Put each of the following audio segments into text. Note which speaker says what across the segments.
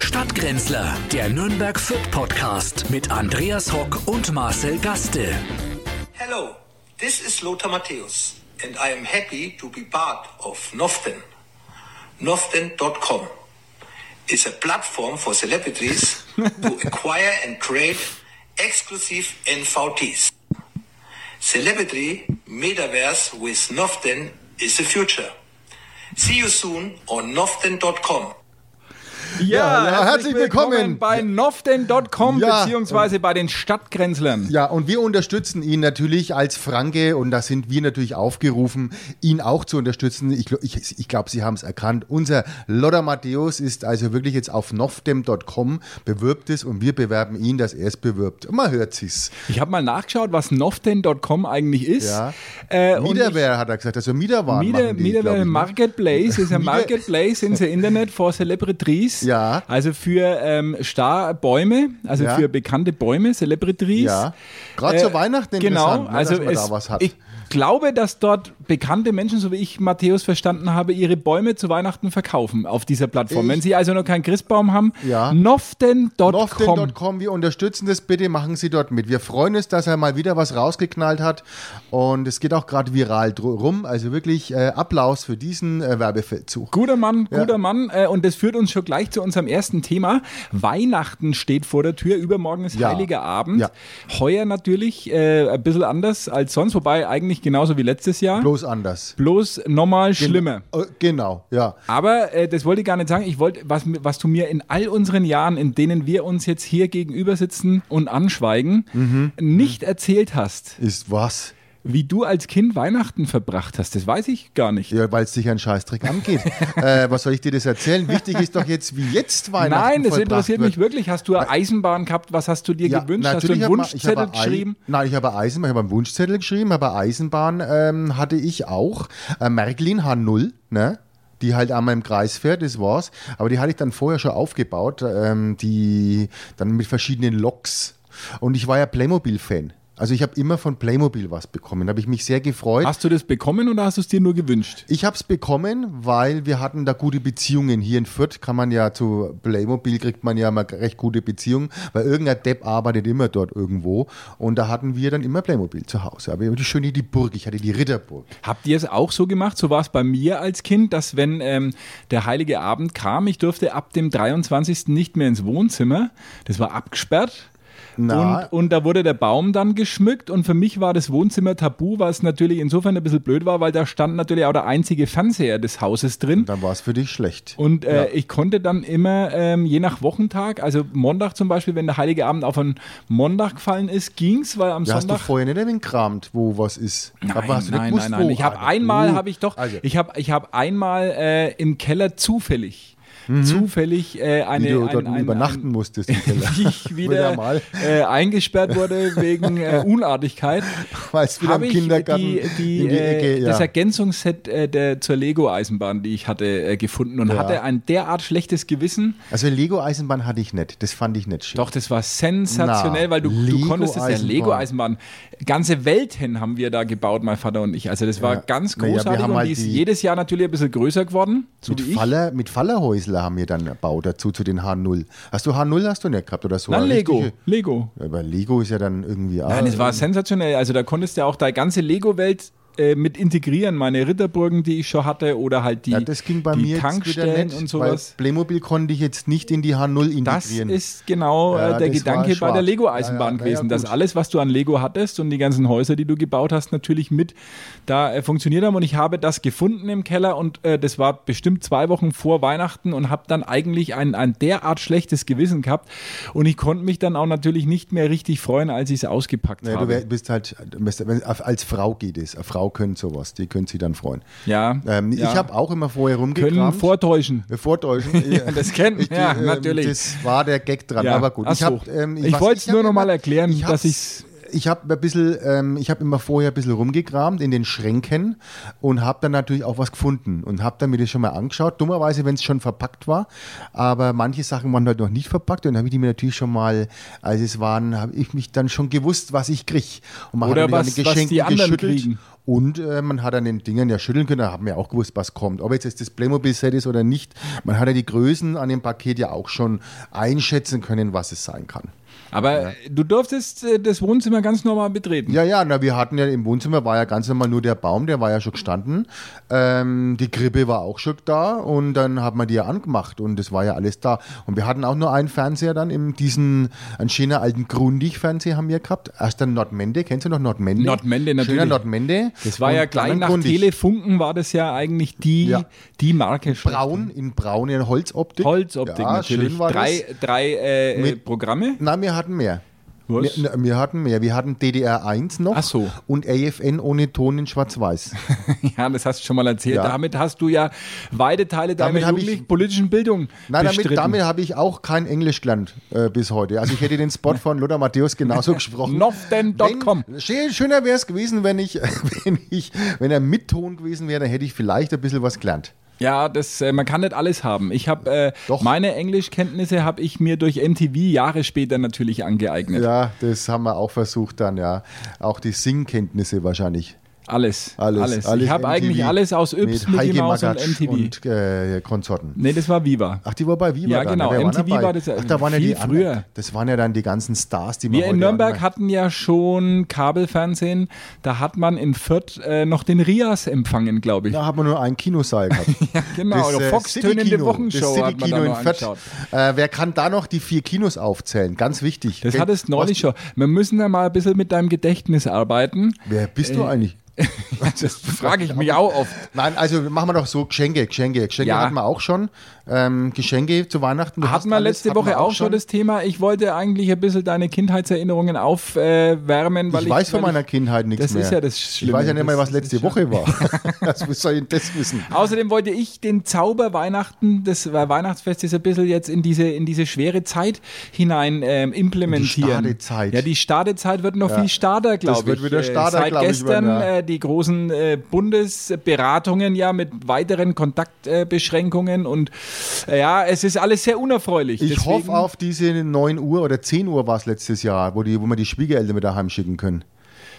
Speaker 1: Stadtgrenzler, der Nürnberg Fit Podcast mit Andreas Hock und Marcel Gaste.
Speaker 2: Hello, this is Lothar Matthäus, and I am happy to be part of Noften. Noften.com is a platform for celebrities to acquire and trade exclusive NFTs. Celebrity Metaverse with Noften is the future. See you soon on Noften.com.
Speaker 3: Ja,
Speaker 4: Ja,
Speaker 3: herzlich
Speaker 4: herzlich willkommen.
Speaker 3: bei noften.com
Speaker 4: Ja.
Speaker 3: beziehungsweise bei den Stadtgrenzlern.
Speaker 4: Ja, und wir unterstützen ihn natürlich als Franke und da sind wir natürlich aufgerufen, ihn auch zu unterstützen. Ich, gl- ich, ich glaube, Sie haben es erkannt. Unser Lotta Matthäus ist also wirklich jetzt auf nofdem.com, bewirbt es und wir bewerben ihn, dass er es bewirbt. Man hört sich's.
Speaker 3: Ich habe mal nachgeschaut, was noften.com eigentlich ist.
Speaker 4: Ja.
Speaker 3: Äh, und ich-
Speaker 4: Miederwehr hat er gesagt, also Miederwaren
Speaker 3: Mieder,
Speaker 4: machen die,
Speaker 3: Mieder
Speaker 4: glaub ich, ne?
Speaker 3: Marketplace ist ein
Speaker 4: Mieder-
Speaker 3: Marketplace in the Internet for Celebrities.
Speaker 4: Ja.
Speaker 3: Also für ähm, Starbäume, also
Speaker 4: Ja.
Speaker 3: für bekannte Bäume, Celebrities.
Speaker 4: Ja. Gerade zu Weihnachten
Speaker 3: Genau,
Speaker 4: interessant, ne,
Speaker 3: also
Speaker 4: dass man
Speaker 3: es,
Speaker 4: da was hat.
Speaker 3: ich glaube, dass dort bekannte Menschen, so wie ich Matthäus verstanden habe, ihre Bäume zu Weihnachten verkaufen auf dieser Plattform.
Speaker 4: Ich-
Speaker 3: Wenn sie also noch keinen Christbaum haben,
Speaker 4: Ja.
Speaker 3: noften.com.
Speaker 4: Noften.com, wir unterstützen das bitte, machen Sie dort mit. Wir freuen uns, dass er mal wieder was rausgeknallt hat und es geht auch gerade viral dr- rum. Also wirklich äh, Applaus für diesen äh, Werbefeldzug.
Speaker 3: Guter Mann,
Speaker 4: Ja.
Speaker 3: guter Mann. Äh, Und das führt uns schon gleich zu unserem ersten Thema. Weihnachten steht vor der Tür. Übermorgen ist
Speaker 4: Ja.
Speaker 3: Heiliger Abend.
Speaker 4: Ja.
Speaker 3: Heuer natürlich äh, ein bisschen anders als sonst, wobei eigentlich genauso wie letztes Jahr. Bloß,
Speaker 4: Bloß anders.
Speaker 3: nochmal schlimmer.
Speaker 4: Äh, Genau, ja.
Speaker 3: Aber äh, das wollte ich gar nicht sagen. Ich wollte, was, mi- was du mir in all unseren Jahren, in denen wir uns jetzt hier gegenüber sitzen und anschweigen,
Speaker 4: Mhm.
Speaker 3: nicht erzählt hast,
Speaker 4: Ist was?
Speaker 3: wie du als Kind Weihnachten verbracht hast. Das weiß ich gar nicht.
Speaker 4: Ja, weil es dich einen Scheißdreck angeht. äh, was soll ich dir das erzählen? Wichtig ist doch jetzt, wie jetzt Weihnachten
Speaker 3: Nein, das
Speaker 4: vollbracht
Speaker 3: interessiert
Speaker 4: wird.
Speaker 3: mich wirklich. Hast du eine Eisenbahn gehabt? Was hast du dir gewünscht? Hast du einen
Speaker 4: hab mal- ich
Speaker 3: Wunschzettel
Speaker 4: habe Ei-
Speaker 3: geschrieben?
Speaker 4: Nein, ich habe Eisenbahn, ich habe einen Wunschzettel geschrieben, aber Eisenbahn ähm, hatte ich auch. Äh, Märklin H0, ne? Die halt einmal im Kreis fährt, das war's. Aber die hatte ich dann vorher schon aufgebaut, ähm, die dann mit verschiedenen Loks. Und ich war ja Playmobil-Fan. Also ich habe immer von Playmobil was bekommen. Da habe ich mich sehr gefreut.
Speaker 3: Hast du das bekommen oder hast du es dir nur gewünscht?
Speaker 4: Ich habe es bekommen, weil wir hatten da gute Beziehungen. Hier in Fürth kann man ja zu Playmobil kriegt man ja mal recht gute Beziehungen, weil irgendein Depp arbeitet immer dort irgendwo. Und da hatten wir dann immer Playmobil zu Hause. Aber ich hatte schön die Burg, ich hatte die Ritterburg.
Speaker 3: Habt ihr es auch so gemacht? So war es bei mir als Kind, dass wenn ähm, der heilige Abend kam, ich durfte ab dem 23. nicht mehr ins Wohnzimmer. Das war abgesperrt.
Speaker 4: Na.
Speaker 3: Und, und da wurde der Baum dann geschmückt und für mich war das Wohnzimmer tabu, was natürlich insofern ein bisschen blöd war, weil da stand natürlich auch der einzige Fernseher des Hauses drin.
Speaker 4: Dann war es für dich schlecht.
Speaker 3: Und äh, ich konnte dann immer, ähm, je nach Wochentag, also Montag zum Beispiel, wenn der Heilige Abend auf einen Montag gefallen ist, ging's, weil am
Speaker 4: Da hast du
Speaker 3: Sonntag.
Speaker 4: vorher nicht erwähnt, kramt, wo was ist. Aber hast du nicht gewusst, wo?
Speaker 3: Ich habe
Speaker 4: Ah,
Speaker 3: einmal,
Speaker 4: du.
Speaker 3: habe ich doch,
Speaker 4: Also,
Speaker 3: ich habe, ich habe einmal äh, im Keller zufällig, zufällig äh, eine,
Speaker 4: Mhm. wie du
Speaker 3: ein-
Speaker 4: dort
Speaker 3: ein-
Speaker 4: übernachten
Speaker 3: ein-
Speaker 4: musstest im Keller.
Speaker 3: wie ich wieder
Speaker 4: Wieder mal.
Speaker 3: äh, eingesperrt wurde wegen äh, Unartigkeit.
Speaker 4: Weil es wieder
Speaker 3: Hab
Speaker 4: im
Speaker 3: ich
Speaker 4: Kindergarten
Speaker 3: die, die,
Speaker 4: in die Ecke,
Speaker 3: äh,
Speaker 4: ja.
Speaker 3: das Ergänzungsset äh, der, zur Lego-Eisenbahn, die ich hatte, äh, gefunden und hatte ein derart schlechtes Gewissen.
Speaker 4: Also Lego-Eisenbahn hatte ich nicht. Das fand ich nicht schön.
Speaker 3: Doch, das war sensationell,
Speaker 4: Na,
Speaker 3: weil du, du
Speaker 4: Lego
Speaker 3: konntest es ja
Speaker 4: Eisenbahn.
Speaker 3: Lego-Eisenbahn. Ganze Welten haben wir da gebaut, mein Vater und ich. Also das war
Speaker 4: Ja.
Speaker 3: ganz
Speaker 4: Naja, wir
Speaker 3: großartig
Speaker 4: haben
Speaker 3: und
Speaker 4: halt
Speaker 3: die ist
Speaker 4: die-
Speaker 3: jedes Jahr natürlich ein bisschen größer geworden. So
Speaker 4: Mit,
Speaker 3: wie ich.
Speaker 4: Faller, mit Fallerhäusler haben wir dann gebaut dazu, zu den H0. Hast du H0 hast du nicht gehabt oder so?
Speaker 3: Nein,
Speaker 4: Eine
Speaker 3: Lego.
Speaker 4: richtige-
Speaker 3: Lego.
Speaker 4: Aber Lego ist ja dann irgendwie auch.
Speaker 3: Nein, es war sensationell. Also da konntest du auch deine ganze Lego-Welt äh, mit integrieren. Meine Ritterburgen, die ich schon hatte oder halt die,
Speaker 4: ja, das ging bei
Speaker 3: die
Speaker 4: mir jetzt wieder
Speaker 3: Tankstellen
Speaker 4: nicht,
Speaker 3: und sowas.
Speaker 4: Weil Playmobil konnte ich jetzt nicht in die H0 integrieren.
Speaker 3: Das ist genau
Speaker 4: Ja,
Speaker 3: äh, der
Speaker 4: das
Speaker 3: Gedanke
Speaker 4: war
Speaker 3: bei der
Speaker 4: schwarz. Ja,
Speaker 3: Lego-Eisenbahn
Speaker 4: ja, na ja,
Speaker 3: gewesen, dass
Speaker 4: gut.
Speaker 3: alles, was du an Lego hattest und die ganzen Häuser, die du gebaut hast, natürlich mit da äh, funktioniert haben. Und ich habe das gefunden im Keller und äh, das war bestimmt zwei Wochen vor Weihnachten und habe dann eigentlich ein, ein derart schlechtes Gewissen gehabt. Und ich konnte mich dann auch natürlich nicht mehr richtig freuen, als ich es ausgepackt
Speaker 4: Naja, du wär-
Speaker 3: habe.
Speaker 4: bist halt, du bist- wenn- als Frau geht es. Eine Frau können sowas, die können sich dann freuen.
Speaker 3: Ja,
Speaker 4: Ähm,
Speaker 3: ja.
Speaker 4: Ich habe auch immer vorher rumgekramt.
Speaker 3: können vortäuschen.
Speaker 4: Äh, Vortäuschen.
Speaker 3: Ja, das kennt- ja,
Speaker 4: ähm,
Speaker 3: natürlich.
Speaker 4: Das war der Gag dran,
Speaker 3: Ja,
Speaker 4: aber gut.
Speaker 3: ach so.
Speaker 4: hab, ähm,
Speaker 3: Ich
Speaker 4: was
Speaker 3: wollt's nur
Speaker 4: hab
Speaker 3: noch mal
Speaker 4: immer-
Speaker 3: erklären,
Speaker 4: hab's-
Speaker 3: dass ich's-
Speaker 4: ich habe ein bisschen, ähm, ich habe immer vorher ein bisschen rumgekramt in den Schränken und habe dann natürlich auch was gefunden und habe dann mir das schon mal angeschaut. Dummerweise, wenn es schon verpackt war, aber manche Sachen waren halt noch nicht verpackt und dann habe ich die mir natürlich schon mal, als es waren, habe ich mich dann schon gewusst, was ich kriege. Und man
Speaker 3: Oder
Speaker 4: hat natürlich
Speaker 3: was-
Speaker 4: an den
Speaker 3: was
Speaker 4: Geschenken
Speaker 3: die anderen
Speaker 4: geschüttelt.
Speaker 3: kriegen.
Speaker 4: Und äh, man hat an den Dingern ja schütteln können, da haben wir auch gewusst, was kommt. Ob jetzt das Playmobil-Set ist oder nicht, man hat ja die Größen an dem Paket ja auch schon einschätzen können, was es sein kann.
Speaker 3: Aber du durftest äh, das Wohnzimmer ganz normal betreten.
Speaker 4: Ja, ja, na, wir hatten ja im Wohnzimmer war ja ganz normal nur der Baum, der war ja schon gestanden. Ähm, die Krippe war auch schon da und dann hat man die ja angemacht und das war ja alles da. Und wir hatten auch nur einen Fernseher dann, in diesen, einen schönen alten Grundig-Fernseher haben wir gehabt. Erst dann Nordmende, kennst du noch Nordmende?
Speaker 3: Nordmende,
Speaker 4: Schöner
Speaker 3: natürlich.
Speaker 4: Nordmende.
Speaker 3: Das war
Speaker 4: Und
Speaker 3: ja gleich
Speaker 4: dann
Speaker 3: nach
Speaker 4: Grundig.
Speaker 3: Telefunken war das ja eigentlich die,
Speaker 4: Ja.
Speaker 3: die Marke. schlecht.
Speaker 4: Braun, in braun, in Holzoptik.
Speaker 3: Holzoptik
Speaker 4: ja,
Speaker 3: natürlich.
Speaker 4: Schön war
Speaker 3: drei
Speaker 4: das.
Speaker 3: drei äh, äh,
Speaker 4: Mit-
Speaker 3: Programme.
Speaker 4: Nein, wir hatten mehr. Wir,
Speaker 3: Was?
Speaker 4: na, wir hatten mehr. Wir hatten DDR 1 noch
Speaker 3: Ach so.
Speaker 4: und AFN ohne Ton in Schwarz-Weiß.
Speaker 3: Ja, das hast du schon mal erzählt.
Speaker 4: Ja.
Speaker 3: Damit hast du ja weite Teile deiner
Speaker 4: Damit hab ich-
Speaker 3: jugendlichen politischen Bildung
Speaker 4: Nein, damit,
Speaker 3: bestritten.
Speaker 4: damit habe ich auch kein Englisch gelernt äh, bis heute. Also ich hätte den Spot von Lothar Matthäus genauso gesprochen.
Speaker 3: Noften.com.
Speaker 4: Wenn- schön- Schöner wäre es gewesen, wenn ich, wenn ich, wenn er mit Ton gewesen wäre, dann hätte ich vielleicht ein bisschen was gelernt.
Speaker 3: Ja, das, äh, man kann nicht alles haben. Ich habe äh,
Speaker 4: Doch.
Speaker 3: meine Englischkenntnisse habe ich mir durch MTV Jahre später natürlich angeeignet.
Speaker 4: Ja, das haben wir auch versucht dann, ja. Auch die Singkenntnisse wahrscheinlich.
Speaker 3: Alles,
Speaker 4: Alles. alles
Speaker 3: ich habe
Speaker 4: MTV.
Speaker 3: eigentlich alles aus Yps,
Speaker 4: Mit
Speaker 3: Mickey
Speaker 4: Heike
Speaker 3: Mouse und
Speaker 4: Magatsch
Speaker 3: MTV.
Speaker 4: und äh, Konsorten.
Speaker 3: nee, das war Viva.
Speaker 4: Ach, die war bei Viva.
Speaker 3: Ja,
Speaker 4: dann,
Speaker 3: genau.
Speaker 4: ne? Wer
Speaker 3: MTV
Speaker 4: dabei?
Speaker 3: war das ja
Speaker 4: Ach, da waren ja
Speaker 3: viel
Speaker 4: die anderen-
Speaker 3: früher.
Speaker 4: Das waren ja dann die ganzen Stars, die
Speaker 3: Wir in
Speaker 4: heute
Speaker 3: Nürnberg
Speaker 4: anmerken.
Speaker 3: hatten ja schon Kabelfernsehen. Da hat man in Fürth äh, noch den Rias empfangen, glaube ich.
Speaker 4: Da hat man nur einen Kinosaal gehabt.
Speaker 3: genau,
Speaker 4: Das,
Speaker 3: oder
Speaker 4: äh,
Speaker 3: Fox tönende
Speaker 4: City-Kino,
Speaker 3: Wochenshow
Speaker 4: das
Speaker 3: hat man da
Speaker 4: City-Kino
Speaker 3: noch
Speaker 4: in Fürth.
Speaker 3: angeschaut.
Speaker 4: Äh, wer kann da noch die vier Kinos aufzählen? Ganz wichtig.
Speaker 3: Das
Speaker 4: Gell?
Speaker 3: hattest neulich
Speaker 4: Was-
Speaker 3: schon. Wir müssen da mal ein bisschen mit deinem Gedächtnis arbeiten.
Speaker 4: Wer bist du eigentlich?
Speaker 3: Äh, Das frage ich mich auch oft.
Speaker 4: Nein, also machen wir doch so Geschenke, Geschenke, Geschenke
Speaker 3: Ja.
Speaker 4: hatten wir auch schon. Ähm, Geschenke zu Weihnachten. du hast
Speaker 3: Hatten wir
Speaker 4: alles,
Speaker 3: letzte
Speaker 4: hatten wir
Speaker 3: Woche auch schon das Thema. Ich wollte eigentlich ein bisschen deine Kindheitserinnerungen aufwärmen, weil
Speaker 4: Ich weiß von
Speaker 3: weil
Speaker 4: meiner Kindheit nichts
Speaker 3: Das
Speaker 4: mehr.
Speaker 3: ist ja das Schlimme.
Speaker 4: Ich weiß ja nicht
Speaker 3: Das
Speaker 4: mehr, was
Speaker 3: ist-
Speaker 4: letzte Woche war. Was soll ich denn das wissen?
Speaker 3: Außerdem wollte ich den Zauber Weihnachten, das äh, Weihnachtsfest ist ein bisschen jetzt in diese, in diese schwere Zeit hinein ähm, implementieren.
Speaker 4: In die Stadezeit.
Speaker 3: Ja, die Stadezeit wird noch viel starter, glaube ich. äh,
Speaker 4: wird wieder starter,
Speaker 3: Seit
Speaker 4: glaub ich,
Speaker 3: gestern
Speaker 4: werden, ja.
Speaker 3: äh, die großen äh, Bundesberatungen ja mit weiteren Kontaktbeschränkungen und äh, ja, es ist alles sehr unerfreulich.
Speaker 4: Ich
Speaker 3: Deswegen-
Speaker 4: hoffe auf diese 9 Uhr oder 10 Uhr war es letztes Jahr, wo, die, wo wir die Schwiegereltern mit daheim schicken können.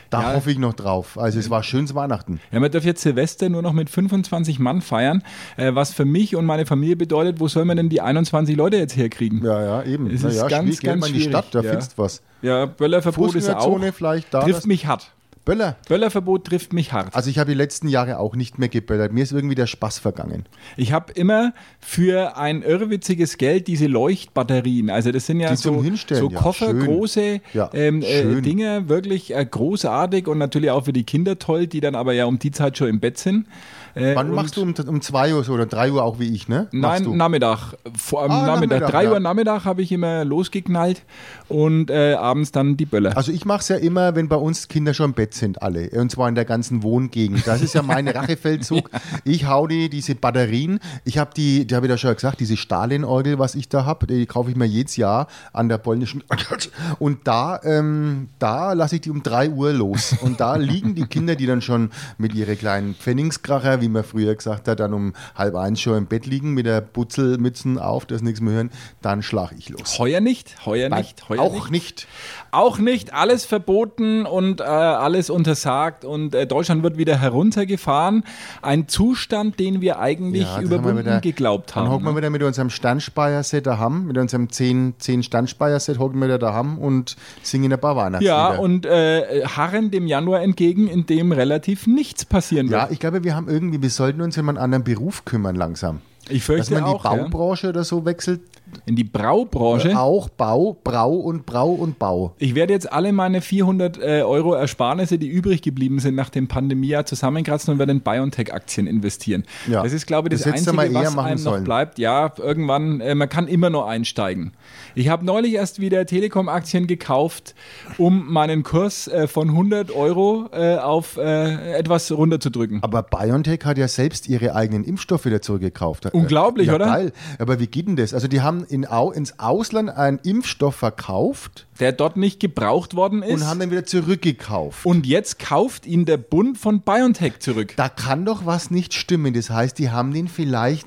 Speaker 4: Da
Speaker 3: Ja.
Speaker 4: hoffe ich noch drauf. Also es war schönes Weihnachten.
Speaker 3: Ja, man darf jetzt Silvester nur noch mit 25 Mann feiern, äh, was für mich und meine Familie bedeutet, wo soll man denn die 21 Leute jetzt herkriegen?
Speaker 4: Ja, ja, eben.
Speaker 3: Es
Speaker 4: Na
Speaker 3: ist
Speaker 4: ja,
Speaker 3: ganz,
Speaker 4: schwierig. Geht
Speaker 3: ganz
Speaker 4: mal in die
Speaker 3: schwierig,
Speaker 4: Stadt, da
Speaker 3: ja.
Speaker 4: findest was.
Speaker 3: Ja, Böllerverbot ist ja auch.
Speaker 4: Fußgängerzone vielleicht, da das-
Speaker 3: trifft mich hart.
Speaker 4: Böller.
Speaker 3: Böllerverbot trifft mich hart.
Speaker 4: Also ich habe die letzten Jahre auch nicht mehr geböllert. Mir ist irgendwie der Spaß vergangen.
Speaker 3: Ich habe immer für ein irrwitziges Geld diese Leuchtbatterien, also das sind ja
Speaker 4: Die
Speaker 3: so,
Speaker 4: zum Hinstellen,
Speaker 3: so
Speaker 4: ja,
Speaker 3: koffergroße
Speaker 4: schön. Ja,
Speaker 3: ähm, äh,
Speaker 4: schön.
Speaker 3: Dinge, wirklich äh, großartig und natürlich auch für die Kinder toll, die dann aber ja um die Zeit schon im Bett sind. Äh,
Speaker 4: Wann
Speaker 3: und-
Speaker 4: machst du um, um zwei Uhr so oder drei Uhr auch wie ich, ne? Machst
Speaker 3: Nein,
Speaker 4: du?
Speaker 3: Nachmittag. Vor allem
Speaker 4: Ah,
Speaker 3: Nachmittag.
Speaker 4: Nachmittag,
Speaker 3: Drei
Speaker 4: ja.
Speaker 3: Uhr Nachmittag habe ich immer losgeknallt und äh, abends dann die Böller.
Speaker 4: Also ich mache es ja immer, wenn bei uns Kinder schon im Bett sind, alle. Und zwar in der ganzen Wohngegend. Das ist ja mein Rachefeldzug. Ich hau die, diese Batterien. Ich habe die, die habe ich da schon gesagt, diese Stalin-Orgel, was ich da habe, die kaufe ich mir jedes Jahr an der polnischen. Und da, ähm, da lasse ich die um 3 Uhr los. Und da liegen die Kinder, die dann schon mit ihren kleinen Pfenningskracher, wie man früher gesagt hat, dann um halb eins schon im Bett liegen, mit der Butzelmützen auf, dass nichts mehr hören, dann schlage ich los.
Speaker 3: heuer nicht, heuer nicht, heuer
Speaker 4: Auch
Speaker 3: nicht.
Speaker 4: nicht.
Speaker 3: Auch nicht, alles verboten und äh, alles untersagt und äh, Deutschland wird wieder heruntergefahren. Ein Zustand, den wir eigentlich
Speaker 4: Ja, das
Speaker 3: überwunden
Speaker 4: wieder-
Speaker 3: geglaubt
Speaker 4: Dann hocken
Speaker 3: haben. ne?
Speaker 4: wir wieder mit unserem Sternspeier-Set daheim, mit unserem 10, 10 Sternspeier-Set hocken wir wieder daheim und singen ein paar Weihnachtslieder.
Speaker 3: Ja, und äh, harren dem Januar entgegen, in dem relativ nichts passieren
Speaker 4: ja,
Speaker 3: wird.
Speaker 4: ich glaube, wir haben irgendwie, wir sollten uns um einen anderen Beruf kümmern langsam.
Speaker 3: Ich
Speaker 4: Dass
Speaker 3: fürchte
Speaker 4: man die
Speaker 3: auch, ja.
Speaker 4: Baubranche oder so wechselt,
Speaker 3: in die Braubranche.
Speaker 4: auch Bau, Brau und Brau und Bau.
Speaker 3: Ich werde jetzt alle meine 400 äh, Euro Ersparnisse, die übrig geblieben sind nach dem Pandemiejahr, zusammenkratzen und werde in BioNTech-Aktien investieren.
Speaker 4: Ja.
Speaker 3: Das ist, glaube ich, das,
Speaker 4: Das hättest du
Speaker 3: Einzige,
Speaker 4: mal eher
Speaker 3: was
Speaker 4: machen
Speaker 3: einem noch
Speaker 4: sollen.
Speaker 3: bleibt. Ja, irgendwann, äh, man kann immer nur einsteigen. Ich habe neulich erst wieder Telekom-Aktien gekauft, um meinen Kurs äh, von 100 Euro äh, auf äh, etwas runterzudrücken.
Speaker 4: Aber BioNTech hat ja selbst ihre eigenen Impfstoffe wieder zurückgekauft. Äh,
Speaker 3: Unglaublich,
Speaker 4: ja,
Speaker 3: oder?
Speaker 4: Geil. Aber wie geht denn das? Also die haben haben in Au ins Ausland einen Impfstoff verkauft
Speaker 3: der dort nicht gebraucht worden ist.
Speaker 4: und haben den wieder zurückgekauft.
Speaker 3: Und jetzt kauft ihn der Bund von BioNTech zurück.
Speaker 4: da kann doch was nicht stimmen. Das heißt, die haben den vielleicht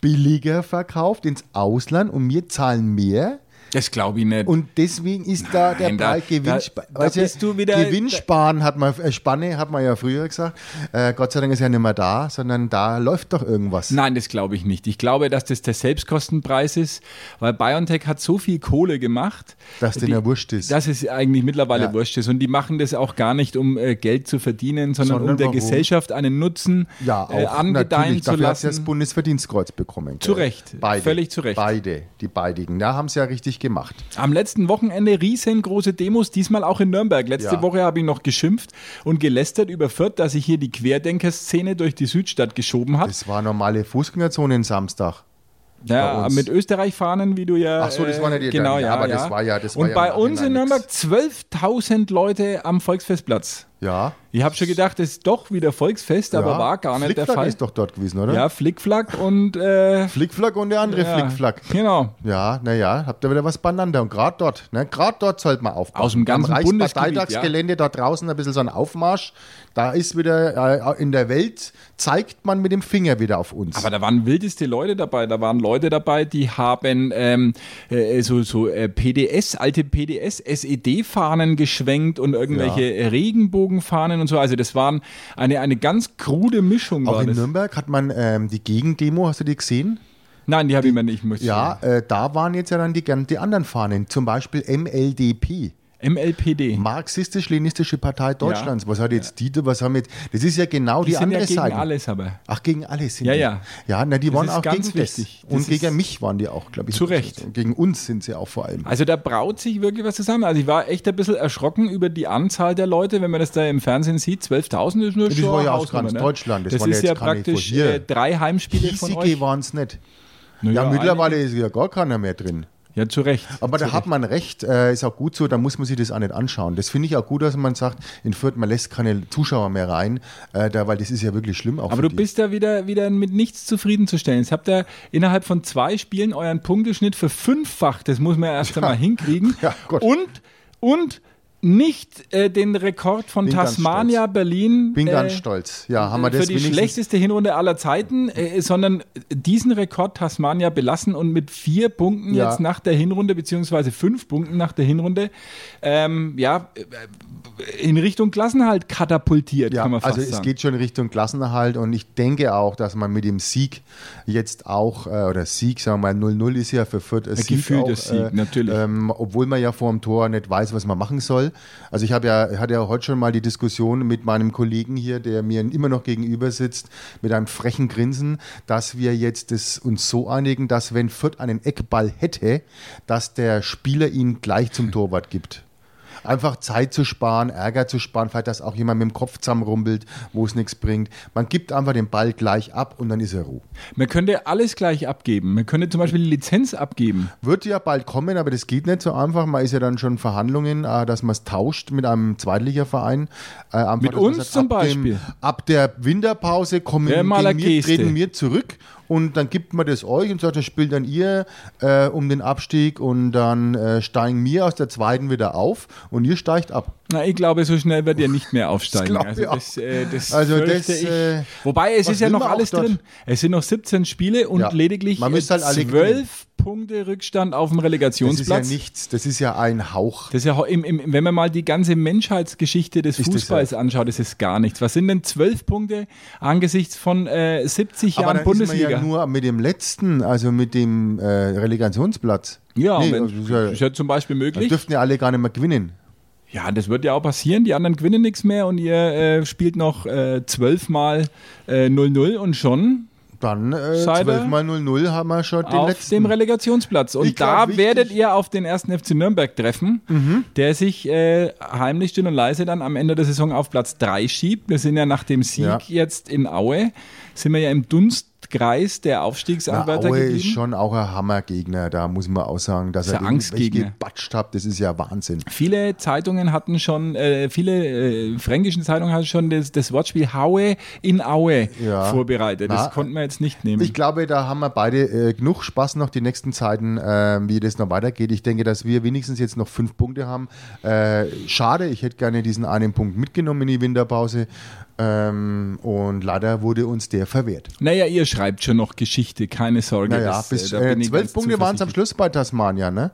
Speaker 4: billiger verkauft ins Ausland und wir zahlen mehr.
Speaker 3: Das glaube ich nicht.
Speaker 4: Und deswegen ist da der
Speaker 3: Nein, da-
Speaker 4: Preis Gewinnspa
Speaker 3: da- da
Speaker 4: Weißt
Speaker 3: bist du wieder-
Speaker 4: Gewinnsparen hat man äh, Spanne hat man ja früher gesagt. Äh, Gott sei Dank ist er nicht mehr da, sondern da läuft doch irgendwas.
Speaker 3: Nein, das glaube ich nicht. Ich glaube, dass das der Selbstkostenpreis ist, weil BioNTech hat so viel Kohle gemacht,
Speaker 4: Dass denen ja wurscht ist.
Speaker 3: Dass es eigentlich mittlerweile
Speaker 4: Ja.
Speaker 3: wurscht ist. Und die machen das auch gar nicht, um äh, Geld zu verdienen, sondern,
Speaker 4: Sondern
Speaker 3: um der
Speaker 4: warum?
Speaker 3: Gesellschaft einen Nutzen
Speaker 4: ja, auch
Speaker 3: äh, angedeihen
Speaker 4: natürlich.
Speaker 3: zu
Speaker 4: Dafür hat sie das
Speaker 3: lassen.
Speaker 4: Bundesverdienstkreuz bekommen.
Speaker 3: Zu
Speaker 4: gell?
Speaker 3: Recht.
Speaker 4: Beide.
Speaker 3: Völlig zu Recht.
Speaker 4: Beide, die beidigen. Da haben sie ja richtig gemacht.
Speaker 3: Am letzten Wochenende riesengroße Demos, diesmal auch in Nürnberg. Letzte
Speaker 4: Ja.
Speaker 3: Woche habe ich noch geschimpft und gelästert über Fürth, dass ich hier die Querdenkerszene durch die Südstadt geschoben habe.
Speaker 4: Das war normale Fußgängerzone in Samstag. bei
Speaker 3: Ja,
Speaker 4: uns.
Speaker 3: mit Österreich-Fahnen, wie du ja.
Speaker 4: Ach so, das
Speaker 3: äh,
Speaker 4: waren ja die
Speaker 3: genau,
Speaker 4: dann.
Speaker 3: ja,
Speaker 4: Ja, aber
Speaker 3: ja.
Speaker 4: das war ja- das war
Speaker 3: Und
Speaker 4: ja
Speaker 3: bei
Speaker 4: im
Speaker 3: uns in
Speaker 4: Nachhinein
Speaker 3: Nürnberg 12.000 Leute am Volksfestplatz.
Speaker 4: Ja.
Speaker 3: Ich habe schon gedacht, es ist doch wieder Volksfest, aber
Speaker 4: ja.
Speaker 3: war gar nicht der
Speaker 4: Flickflack
Speaker 3: Fall.
Speaker 4: ist doch ne? dort gewesen, oder?
Speaker 3: ja, Flickflack und äh,
Speaker 4: Flickflack und der andere
Speaker 3: ja,
Speaker 4: Flickflack.
Speaker 3: Genau.
Speaker 4: Ja, naja, habt ihr wieder was beieinander. Und gerade dort, ne, gerade dort sollte man aufpassen.
Speaker 3: Aus dem ganzen
Speaker 4: Am
Speaker 3: Bundesgebiet,
Speaker 4: Reichsparteitagsgelände, da draußen ein bisschen so ein Aufmarsch. Da ist wieder, äh, in der Welt zeigt man mit dem Finger wieder auf uns.
Speaker 3: Aber da waren wildeste Leute dabei. Da waren Leute dabei, die haben ähm, äh, so, so äh, PDS, alte PDS, SED-Fahnen E geschwenkt und irgendwelche
Speaker 4: Ja.
Speaker 3: äh, Regenbogenfahnen und so. Also das waren eine, eine ganz krude Mischung.
Speaker 4: auch
Speaker 3: war
Speaker 4: in
Speaker 3: das.
Speaker 4: Nürnberg hat man ähm, die Gegendemo, hast du die gesehen?
Speaker 3: Nein, die habe ich mir nicht. Muss
Speaker 4: Ja, äh, da waren jetzt ja dann die, gan- die anderen Fahnen, zum Beispiel MLDP.
Speaker 3: MLPD.
Speaker 4: Marxistisch-Leninistische Partei Deutschlands. Was hat jetzt die, was haben jetzt, das ist ja genau die,
Speaker 3: die sind ja
Speaker 4: andere
Speaker 3: gegen
Speaker 4: Seite.
Speaker 3: alles, aber
Speaker 4: Ach, gegen alles sind
Speaker 3: Ja,
Speaker 4: die.
Speaker 3: ja.
Speaker 4: Ja, na, die
Speaker 3: Das
Speaker 4: waren
Speaker 3: ist
Speaker 4: auch
Speaker 3: ganz
Speaker 4: gegen
Speaker 3: wichtig.
Speaker 4: das.
Speaker 3: Das
Speaker 4: Und
Speaker 3: ist-
Speaker 4: gegen mich waren die auch, glaube ich.
Speaker 3: Zu Recht.
Speaker 4: Und Gegen uns sind sie auch vor allem.
Speaker 3: Also da braut sich wirklich was zusammen. Also ich war echt ein bisschen erschrocken über die Anzahl der Leute, wenn man das da im Fernsehen sieht. 12.000 ist nur
Speaker 4: Das
Speaker 3: schon
Speaker 4: war
Speaker 3: eine
Speaker 4: ja aus
Speaker 3: Hausnummer,
Speaker 4: ganz
Speaker 3: ne?
Speaker 4: Deutschland.
Speaker 3: Das,
Speaker 4: Das waren ja
Speaker 3: ist ja
Speaker 4: jetzt keine
Speaker 3: praktisch
Speaker 4: von hier.
Speaker 3: äh, drei Heimspiele von
Speaker 4: Hiesige
Speaker 3: euch.
Speaker 4: waren es nicht.
Speaker 3: Naja,
Speaker 4: Ja, mittlerweile
Speaker 3: einige-
Speaker 4: ist ja gar keiner mehr drin.
Speaker 3: Ja, zu Recht.
Speaker 4: Aber da hat man recht, äh, ist auch gut so, da muss man sich das auch nicht anschauen. Das finde ich auch gut, dass man sagt, in Fürth, man lässt keine Zuschauer mehr rein, äh, da, weil das ist ja wirklich schlimm auch
Speaker 3: Aber
Speaker 4: für
Speaker 3: du
Speaker 4: die.
Speaker 3: bist da wieder, wieder mit nichts zufriedenzustellen. Jetzt habt ihr innerhalb von zwei Spielen euren Punkteschnitt verfünffacht. Das muss man ja erst einmal hinkriegen.
Speaker 4: Ja, gut.
Speaker 3: und, und nicht äh, den Rekord von
Speaker 4: Bin ganz
Speaker 3: Tasmania Berlin
Speaker 4: Bin
Speaker 3: äh,
Speaker 4: ganz stolz. Ja, haben wir
Speaker 3: für
Speaker 4: das
Speaker 3: die
Speaker 4: wenigstens.
Speaker 3: schlechteste Hinrunde aller Zeiten, äh, sondern diesen Rekord Tasmania belassen und mit vier Punkten
Speaker 4: Ja.
Speaker 3: jetzt nach der Hinrunde, beziehungsweise fünf Punkten nach der Hinrunde, ähm, ja, äh, in Richtung Klassenhalt katapultiert,
Speaker 4: Ja,
Speaker 3: kann man fast
Speaker 4: also es
Speaker 3: sagen.
Speaker 4: geht schon Richtung Klassenerhalt und ich denke auch, dass man mit dem Sieg jetzt auch, äh, oder Sieg, sagen wir mal, 0-0 ist ja für Fürth ein Sieg.
Speaker 3: gefühlter
Speaker 4: auch,
Speaker 3: Sieg, natürlich.
Speaker 4: Ähm, obwohl man ja vor dem Tor nicht weiß, was man machen soll. Also ich habe ja, hatte ja heute schon mal die Diskussion mit meinem Kollegen hier, der mir immer noch gegenüber sitzt, mit einem frechen Grinsen, dass wir jetzt das uns so einigen, dass wenn Fürth einen Eckball hätte, dass der Spieler ihn gleich zum Torwart gibt. Einfach Zeit zu sparen, Ärger zu sparen, vielleicht, dass auch jemand mit dem Kopf zusammenrumpelt, wo es nichts bringt. Man gibt einfach den Ball gleich ab und dann ist er Ruhe.
Speaker 3: Man könnte alles gleich abgeben. Man könnte zum Beispiel die Lizenz abgeben.
Speaker 4: Wird ja bald kommen, aber das geht nicht so einfach. Man ist ja dann schon in Verhandlungen, äh, dass man es tauscht mit einem Zweitligaverein. Äh, einfach,
Speaker 3: Mit
Speaker 4: dass man
Speaker 3: uns zum
Speaker 4: ab dem-
Speaker 3: Beispiel.
Speaker 4: Ab der Winterpause kommen
Speaker 3: Ja, mal
Speaker 4: gehen
Speaker 3: eine
Speaker 4: wir,
Speaker 3: Geste.
Speaker 4: treten wir zurück und dann gibt man das euch und sagt, das spielt dann ihr äh, um den Abstieg und dann äh, steigen wir aus der zweiten wieder auf und ihr steigt ab.
Speaker 3: Na, ich glaube, so schnell wird ihr nicht mehr aufsteigen.
Speaker 4: glaub
Speaker 3: also
Speaker 4: ich auch.
Speaker 3: das, äh, das
Speaker 4: Also
Speaker 3: fürchte
Speaker 4: das,
Speaker 3: ich.
Speaker 4: äh,
Speaker 3: Wobei es
Speaker 4: was
Speaker 3: ist ja
Speaker 4: will
Speaker 3: noch
Speaker 4: man auch
Speaker 3: alles
Speaker 4: dort?
Speaker 3: drin. Es sind noch 17 Spiele und
Speaker 4: Ja.
Speaker 3: lediglich
Speaker 4: Man müsste halt alle gewinnen.
Speaker 3: zwölf Punkte Rückstand auf dem
Speaker 4: Das ist ja
Speaker 3: Relegationsplatz.
Speaker 4: nichts, das ist ja ein Hauch.
Speaker 3: Das ist ja, ho- im, im, wenn man mal die ganze Menschheitsgeschichte des
Speaker 4: Ist das
Speaker 3: Fußballs anschaut, ist es gar nichts. Was sind denn zwölf Punkte angesichts von äh, 70
Speaker 4: Aber
Speaker 3: Jahren
Speaker 4: dann
Speaker 3: Bundesliga?
Speaker 4: ist man ja nur mit dem letzten, also mit dem äh, Relegationsplatz.
Speaker 3: ja,
Speaker 4: nee,
Speaker 3: wenn,
Speaker 4: das ist ja,
Speaker 3: ist ja zum Beispiel
Speaker 4: dann
Speaker 3: möglich.
Speaker 4: dürften ja alle gar nicht mehr gewinnen.
Speaker 3: Ja, das wird ja auch passieren. Die anderen gewinnen nichts mehr und ihr äh, spielt noch äh, zwölfmal äh, 0-0 und schon
Speaker 4: Dann äh,
Speaker 3: Seid ihr
Speaker 4: 12 mal 0-0 haben wir schon den
Speaker 3: auf
Speaker 4: letzten.
Speaker 3: dem Relegationsplatz. Und
Speaker 4: Ich Mhm. glaub,
Speaker 3: da
Speaker 4: wichtig-
Speaker 3: werdet ihr auf den ersten FC Nürnberg treffen, der sich äh, heimlich still und leise dann am Ende der Saison auf Platz 3 schiebt. Wir sind ja nach dem Sieg
Speaker 4: Ja.
Speaker 3: jetzt in Aue, sind wir ja im Dunstkreis Kreis der
Speaker 4: Na,
Speaker 3: Aufstiegsanwärter
Speaker 4: Aue
Speaker 3: gegeben.
Speaker 4: ist schon auch ein Hammergegner, da muss man auch sagen, dass
Speaker 3: Ist
Speaker 4: er
Speaker 3: ein
Speaker 4: den
Speaker 3: Angstgegner.
Speaker 4: weggebatscht hat, das ist ja Wahnsinn.
Speaker 3: Viele Zeitungen hatten schon, äh, viele äh, fränkischen Zeitungen hatten schon das, das Wortspiel Haue in Aue
Speaker 4: Ja.
Speaker 3: vorbereitet. Das
Speaker 4: Na,
Speaker 3: konnten wir jetzt nicht nehmen.
Speaker 4: Ich glaube, da haben wir beide äh, genug Spaß noch die nächsten Zeiten, äh, wie das noch weitergeht. Ich denke, dass wir wenigstens jetzt noch fünf Punkte haben. Äh, schade, ich hätte gerne diesen einen Punkt mitgenommen in die Winterpause. Ähm, und leider wurde uns der verwehrt.
Speaker 3: naja, ihr schreibt schon noch Geschichte, keine Sorge.
Speaker 4: Naja,
Speaker 3: das,
Speaker 4: bis
Speaker 3: da bin
Speaker 4: äh,
Speaker 3: ich
Speaker 4: zwölf
Speaker 3: ganz
Speaker 4: Punkte waren es am
Speaker 3: zuversichtlich.
Speaker 4: Schluss bei Tasmania, ne?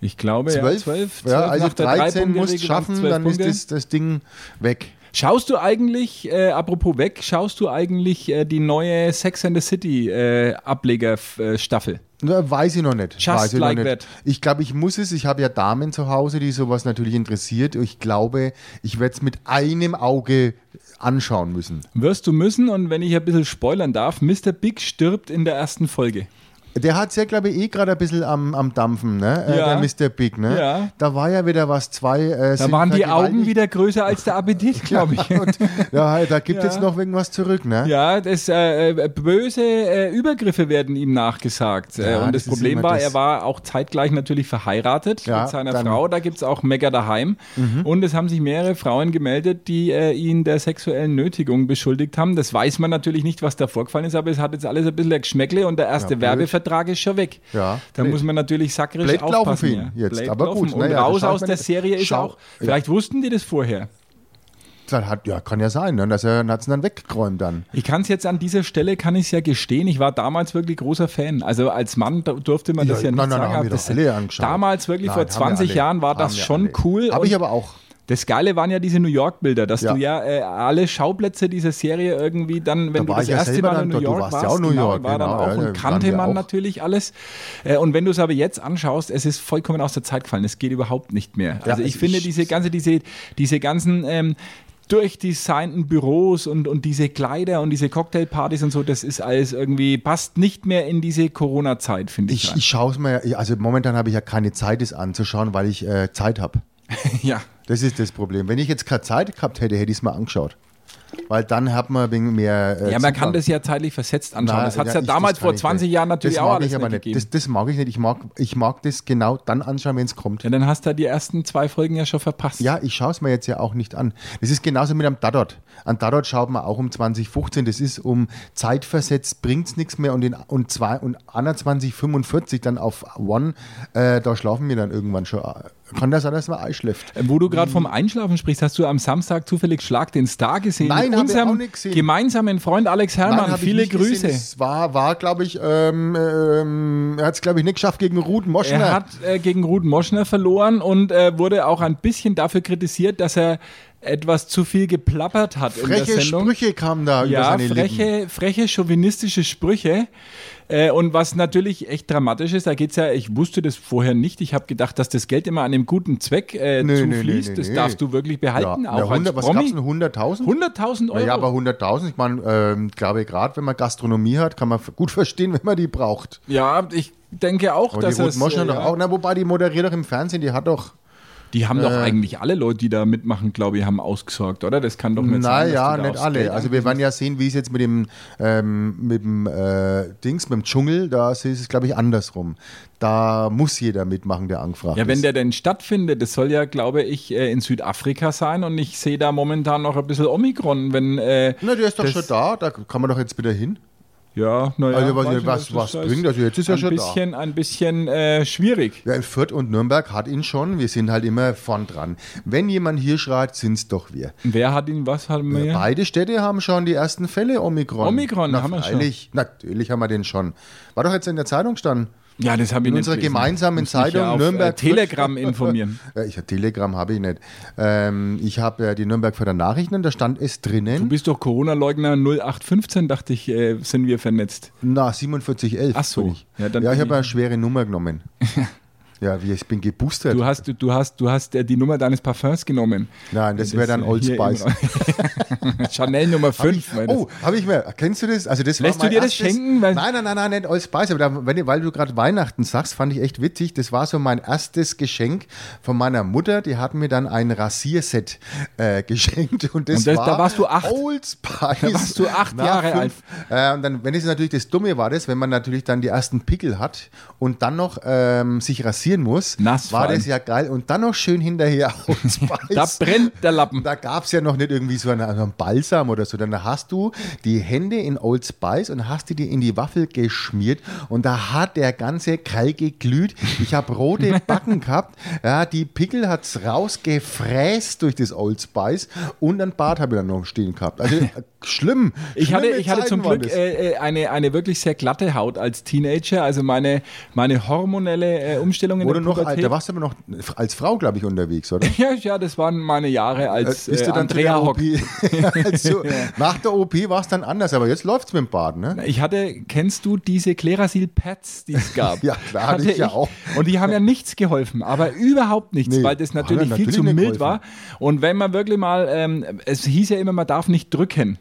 Speaker 3: Ich glaube, ja,
Speaker 4: Zwölf,
Speaker 3: zwölf, zwölf
Speaker 4: ja, also
Speaker 3: nach der
Speaker 4: 13
Speaker 3: Drei-Punkte-Regel
Speaker 4: musst
Speaker 3: waren's
Speaker 4: schaffen,
Speaker 3: zwölf
Speaker 4: dann
Speaker 3: Punkte.
Speaker 4: ist das, das Ding weg.
Speaker 3: Schaust du eigentlich, äh, apropos weg, schaust du eigentlich äh, die neue Sex and the City äh, Ablegerstaffel?
Speaker 4: Na, Weiß ich noch nicht.
Speaker 3: Just
Speaker 4: Weiß ich
Speaker 3: like
Speaker 4: noch nicht.
Speaker 3: that.
Speaker 4: Ich glaube, ich muss es. Ich habe ja Damen zu Hause, die sowas natürlich interessiert. Ich glaube, ich werde es mit einem Auge anschauen müssen.
Speaker 3: Wirst du müssen und wenn ich ein bisschen spoilern darf, Mr. Big stirbt in der ersten Folge.
Speaker 4: Der hat ja, glaube ich, eh gerade ein bisschen am, am Dampfen, ne? Äh,
Speaker 3: Ja.
Speaker 4: Der Mr. Big, ne?
Speaker 3: Ja.
Speaker 4: Da war ja wieder was. Zwei äh,
Speaker 3: Da waren die Augen wieder größer als der Appetit, glaube ich.
Speaker 4: Ja, da gibt
Speaker 3: Ja.
Speaker 4: jetzt noch irgendwas zurück, ne?
Speaker 3: Ja, das äh, äh, böse äh, Übergriffe werden ihm nachgesagt.
Speaker 4: Ja,
Speaker 3: äh, und
Speaker 4: das
Speaker 3: das,
Speaker 4: ist
Speaker 3: Problem
Speaker 4: immer
Speaker 3: war,
Speaker 4: das-
Speaker 3: er war auch zeitgleich natürlich verheiratet
Speaker 4: Ja,
Speaker 3: mit seiner
Speaker 4: dann- Mhm.
Speaker 3: Frau. Da gibt's auch Mega daheim. Und es haben sich mehrere Frauen gemeldet, die äh, ihn der sexuellen Nötigung beschuldigt haben. Das weiß man natürlich nicht, was da vorgefallen ist, aber es hat jetzt alles ein bisschen ein Geschmäckle und der erste
Speaker 4: Ja, blöd.
Speaker 3: Werbevertrag ist schon weg.
Speaker 4: Ja,
Speaker 3: da
Speaker 4: blöd.
Speaker 3: muss man natürlich sakrisch
Speaker 4: Blöd laufen
Speaker 3: aufpassen.
Speaker 4: für ihn
Speaker 3: ja.
Speaker 4: jetzt,
Speaker 3: Blöd
Speaker 4: aber gut,
Speaker 3: laufen. Und
Speaker 4: naja, das
Speaker 3: raus
Speaker 4: schaut
Speaker 3: aus
Speaker 4: man
Speaker 3: der
Speaker 4: nicht.
Speaker 3: Serie ist
Speaker 4: Schau-
Speaker 3: auch, vielleicht wussten die das vorher.
Speaker 4: Dann hat, ja, kann ja sein, ne? Dass er hat's dann weggeräumt dann.
Speaker 3: Ich kann es jetzt an dieser Stelle, kann ich ja gestehen, ich war damals wirklich großer Fan. Also als Mann da- durfte man das ja,
Speaker 4: Ja,
Speaker 3: nicht
Speaker 4: nein, nein,
Speaker 3: sagen.
Speaker 4: haben
Speaker 3: aber
Speaker 4: wir
Speaker 3: das
Speaker 4: doch alle angeschaut.
Speaker 3: Damals wirklich
Speaker 4: Nein,
Speaker 3: vor
Speaker 4: haben wir
Speaker 3: 20
Speaker 4: alle.
Speaker 3: Jahren war
Speaker 4: Haben
Speaker 3: das
Speaker 4: wir
Speaker 3: schon
Speaker 4: alle.
Speaker 3: cool.
Speaker 4: Habe
Speaker 3: und
Speaker 4: ich aber auch.
Speaker 3: das Geile waren ja diese New York-Bilder, dass
Speaker 4: Ja.
Speaker 3: du ja äh, alle Schauplätze dieser Serie irgendwie dann, wenn
Speaker 4: Da
Speaker 3: du
Speaker 4: war
Speaker 3: das
Speaker 4: ich ja
Speaker 3: erste
Speaker 4: selber
Speaker 3: Mal
Speaker 4: dann
Speaker 3: in New
Speaker 4: dort. Du
Speaker 3: York
Speaker 4: warst ja
Speaker 3: warst,
Speaker 4: auch New
Speaker 3: genau,
Speaker 4: York,
Speaker 3: war
Speaker 4: genau,
Speaker 3: dann auch
Speaker 4: ja,
Speaker 3: und
Speaker 4: da
Speaker 3: kannte
Speaker 4: waren wir
Speaker 3: man
Speaker 4: auch.
Speaker 3: natürlich alles. Äh, und wenn du es aber jetzt anschaust, es ist vollkommen aus der Zeit gefallen. Es geht überhaupt nicht mehr.
Speaker 4: Ja,
Speaker 3: Also ich
Speaker 4: es
Speaker 3: finde
Speaker 4: ist-
Speaker 3: diese ganze, diese, diese ganzen ähm, durchdesignten Büros und, und diese Kleider und diese Cocktailpartys und so, das ist alles irgendwie, passt nicht mehr in diese Corona-Zeit, finde ich.
Speaker 4: Ich,
Speaker 3: rein.
Speaker 4: ich schaue es mir, ja- also momentan habe ich ja keine Zeit, es anzuschauen, weil ich äh, Zeit habe.
Speaker 3: ja.
Speaker 4: Das ist das Problem. Wenn ich jetzt keine Zeit gehabt hätte, hätte ich es mal angeschaut. Weil dann hat man wegen mehr. äh,
Speaker 3: Ja, man
Speaker 4: Zugang.
Speaker 3: kann das ja zeitlich versetzt anschauen.
Speaker 4: Na,
Speaker 3: das hat es ja,
Speaker 4: ich-
Speaker 3: damals
Speaker 4: das kann
Speaker 3: vor
Speaker 4: ich
Speaker 3: 20
Speaker 4: nicht.
Speaker 3: Jahren natürlich
Speaker 4: das
Speaker 3: auch
Speaker 4: mag
Speaker 3: alles
Speaker 4: ich aber
Speaker 3: gegeben.
Speaker 4: nicht. Das, das mag ich nicht. Ich mag, ich mag das genau dann anschauen, wenn es kommt.
Speaker 3: Ja, dann hast du ja die ersten zwei Folgen ja schon verpasst.
Speaker 4: Ja, ich schaue es mir jetzt ja auch nicht an. Das ist genauso mit einem Tatort. An Tatort schaut man auch um 2015. Das ist um Zeitversetzt, bringt es nichts mehr. Und, in, und, zwei, und 2145 dann auf One, äh, da schlafen wir dann irgendwann schon. Kann das sein, dass man einschläft?
Speaker 3: Äh, Wo du gerade
Speaker 4: Mhm.
Speaker 3: vom Einschlafen sprichst, hast du am Samstag zufällig Schlag den Star gesehen?
Speaker 4: Nein,
Speaker 3: mit
Speaker 4: hab ich
Speaker 3: unserem
Speaker 4: auch nicht gesehen.
Speaker 3: gemeinsamen Freund Alex Herrmann.
Speaker 4: hab ich
Speaker 3: Viele
Speaker 4: nicht gesehen.
Speaker 3: Grüße.
Speaker 4: Es war, war glaube ich, ähm, ähm, er hat es, glaube ich, nicht geschafft gegen Ruth Moschner.
Speaker 3: Er hat äh, gegen Ruth Moschner verloren und äh, wurde auch ein bisschen dafür kritisiert, dass er etwas zu viel geplappert hat in der
Speaker 4: freche
Speaker 3: Sendung.
Speaker 4: Sprüche kamen da über
Speaker 3: Ja,
Speaker 4: seine Lippen.
Speaker 3: freche, freche chauvinistische Sprüche. Äh, und was natürlich echt dramatisch ist, da geht's ja, ich wusste das vorher nicht, ich habe gedacht, dass das Geld immer an einem guten Zweck äh,
Speaker 4: Nö, nö,
Speaker 3: zufließt,
Speaker 4: nö, nö,
Speaker 3: das
Speaker 4: nö.
Speaker 3: darfst du wirklich behalten,
Speaker 4: na,
Speaker 3: auch als
Speaker 4: 100, was gab's
Speaker 3: Promi.
Speaker 4: denn, 100.000?
Speaker 3: 100.000 Euro.
Speaker 4: Ja, aber 100.000, ich meine, ähm, glaube ich, gerade wenn man Gastronomie hat, kann man f- gut verstehen, wenn man die braucht.
Speaker 3: Ja, ich denke auch,
Speaker 4: Und
Speaker 3: dass
Speaker 4: die Ruth
Speaker 3: es,
Speaker 4: Moschner
Speaker 3: äh,
Speaker 4: doch
Speaker 3: ja.
Speaker 4: auch. Na, wobei, die moderiert doch im Fernsehen, die hat doch.
Speaker 3: Die haben doch
Speaker 4: Äh.
Speaker 3: eigentlich alle Leute, die da mitmachen, glaube ich, haben ausgesorgt, oder? Das kann doch nicht sein. dass
Speaker 4: Naja,
Speaker 3: die da
Speaker 4: nicht
Speaker 3: aufs
Speaker 4: alle.
Speaker 3: Geld
Speaker 4: Also wir werden ja sehen, wie es jetzt mit dem, ähm, mit dem äh, Dings, mit dem Dschungel, da ist es, glaube ich, andersrum. Da muss jeder mitmachen, der angefragt
Speaker 3: Ja, wenn
Speaker 4: ist.
Speaker 3: der denn stattfindet, das soll ja, glaube ich, äh, in Südafrika sein und ich sehe da momentan noch ein bisschen Omikron, wenn äh,
Speaker 4: Na, der ist doch
Speaker 3: das-
Speaker 4: schon da, da kann man doch jetzt wieder hin.
Speaker 3: ja, naja,
Speaker 4: Also, was-
Speaker 3: weiß nicht,
Speaker 4: was-
Speaker 3: das
Speaker 4: was
Speaker 3: ist
Speaker 4: bringt das? Jetzt ist er
Speaker 3: ein
Speaker 4: schon da.
Speaker 3: bisschen, da. Ein bisschen äh, schwierig.
Speaker 4: Ja, in Fürth und Nürnberg hat ihn schon, wir sind halt immer vorn dran. Wenn jemand hier schreit, sind es doch wir.
Speaker 3: Wer hat ihn, was haben wir?
Speaker 4: Beide Städte haben schon die ersten Fälle Omikron.
Speaker 3: Omikron
Speaker 4: Na,
Speaker 3: haben wir schon.
Speaker 4: freilich. Natürlich haben wir den schon. War doch jetzt in der Zeitung stand.
Speaker 3: ja, das habe ich
Speaker 4: In
Speaker 3: nicht
Speaker 4: unserer
Speaker 3: gelesen.
Speaker 4: gemeinsamen
Speaker 3: Muss mich ja
Speaker 4: Zeitung
Speaker 3: auf,
Speaker 4: Nürnberg-
Speaker 3: Äh, Telegram informieren.
Speaker 4: Äh, ich hab Telegram habe ich nicht. Ähm, ich habe äh, die Nürnberg Nachrichten und da stand es
Speaker 3: Du
Speaker 4: drinnen.
Speaker 3: bist doch Corona-Leugner 0815, dachte ich, äh, sind wir vernetzt.
Speaker 4: Na, 4711.
Speaker 3: Ach so.
Speaker 4: bin Ich.
Speaker 3: Ja,
Speaker 4: Ja,
Speaker 3: dann
Speaker 4: ich
Speaker 3: bin
Speaker 4: habe
Speaker 3: ich-
Speaker 4: eine schwere Nummer genommen. Ja, wie ich bin geboostert.
Speaker 3: Du hast, du, du hast, du hast äh, die Nummer deines Parfums genommen.
Speaker 4: Nein, das wäre dann Old
Speaker 3: hier
Speaker 4: Spice.
Speaker 3: im- Chanel Nummer 5.
Speaker 4: Oh, habe ich mir. Kennst du das? Also das war
Speaker 3: Lässt du
Speaker 4: mein
Speaker 3: dir das
Speaker 4: erstes-
Speaker 3: schenken? Weil-
Speaker 4: nein, nein, nein, nein, nicht Old Spice. Aber da, wenn, weil du gerade Weihnachten sagst, fand ich echt witzig. Das war so mein erstes Geschenk von meiner Mutter. Die hat mir dann ein Rasierset äh, geschenkt und das,
Speaker 3: Und das-
Speaker 4: war
Speaker 3: da warst du acht.
Speaker 4: Old Spice. Da
Speaker 3: warst du acht Jahre
Speaker 4: alt. Äh, und dann, wenn es natürlich das Dumme war, das, wenn man natürlich dann die ersten Pickel hat und dann noch ähm, sich rasieren muss,
Speaker 3: Nass
Speaker 4: war
Speaker 3: vor allem.
Speaker 4: das ja geil. Und dann noch schön hinterher Old Spice.
Speaker 3: da brennt der Lappen.
Speaker 4: Da gab es ja noch nicht irgendwie so einen, so einen Balsam oder so. Dann hast du die Hände in Old Spice und hast die dir in die Waffel geschmiert und da hat der ganze Kerl geglüht. Ich habe rote Backen gehabt. Ja, die Pickel hat es rausgefräst durch das Old Spice und ein Bart habe ich dann noch stehen gehabt. Also äh, schlimm.
Speaker 3: Ich hatte,
Speaker 4: Schlimme
Speaker 3: ich hatte
Speaker 4: Zeiten
Speaker 3: zum
Speaker 4: waren
Speaker 3: Glück
Speaker 4: das.
Speaker 3: äh, äh, eine, eine wirklich sehr glatte Haut als Teenager. Also meine, meine hormonelle äh, Umstellung in
Speaker 4: Wo du
Speaker 3: der
Speaker 4: noch, alt-
Speaker 3: Pubertät.
Speaker 4: da warst du aber noch als Frau, glaube ich, unterwegs, oder? Äh,
Speaker 3: ja, ja, das waren meine Jahre als äh, Andrea Hock.
Speaker 4: zu der OP? also, nach der OP war es dann anders, aber jetzt läuft es mit dem Bart, ne?
Speaker 3: Ich hatte, kennst du diese Klerasil-Pads, die es gab?
Speaker 4: Ja, klar, hatte ich ja auch.
Speaker 3: Und die haben ja nichts geholfen, aber überhaupt nichts,
Speaker 4: Nee,
Speaker 3: weil das
Speaker 4: hat ja
Speaker 3: natürlich viel
Speaker 4: natürlich
Speaker 3: zu
Speaker 4: nicht
Speaker 3: mild war.
Speaker 4: geholfen.
Speaker 3: Und wenn man wirklich mal, ähm, es hieß ja immer, man darf nicht drücken.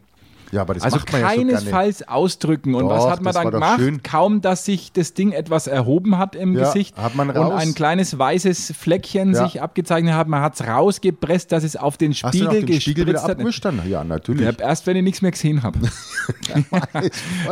Speaker 4: Ja, aber das
Speaker 3: also
Speaker 4: macht man ja schon gerne.
Speaker 3: keinesfalls ausdrücken. Und
Speaker 4: Doch,
Speaker 3: was hat man
Speaker 4: das war
Speaker 3: dann
Speaker 4: doch
Speaker 3: gemacht?
Speaker 4: schön.
Speaker 3: Kaum, dass sich das Ding etwas erhoben hat im
Speaker 4: Ja,
Speaker 3: Gesicht
Speaker 4: hat man
Speaker 3: und
Speaker 4: raus.
Speaker 3: ein kleines weißes Fleckchen
Speaker 4: Ja.
Speaker 3: sich abgezeichnet hat, man hat es rausgepresst, dass es auf den
Speaker 4: Hast du
Speaker 3: Spiegel
Speaker 4: nach dem Spiegel wieder
Speaker 3: gespritzt hat.
Speaker 4: abgewischt dann? Ja,
Speaker 3: Ich
Speaker 4: natürlich.
Speaker 3: hab erst, wenn ich nichts mehr gesehen habe.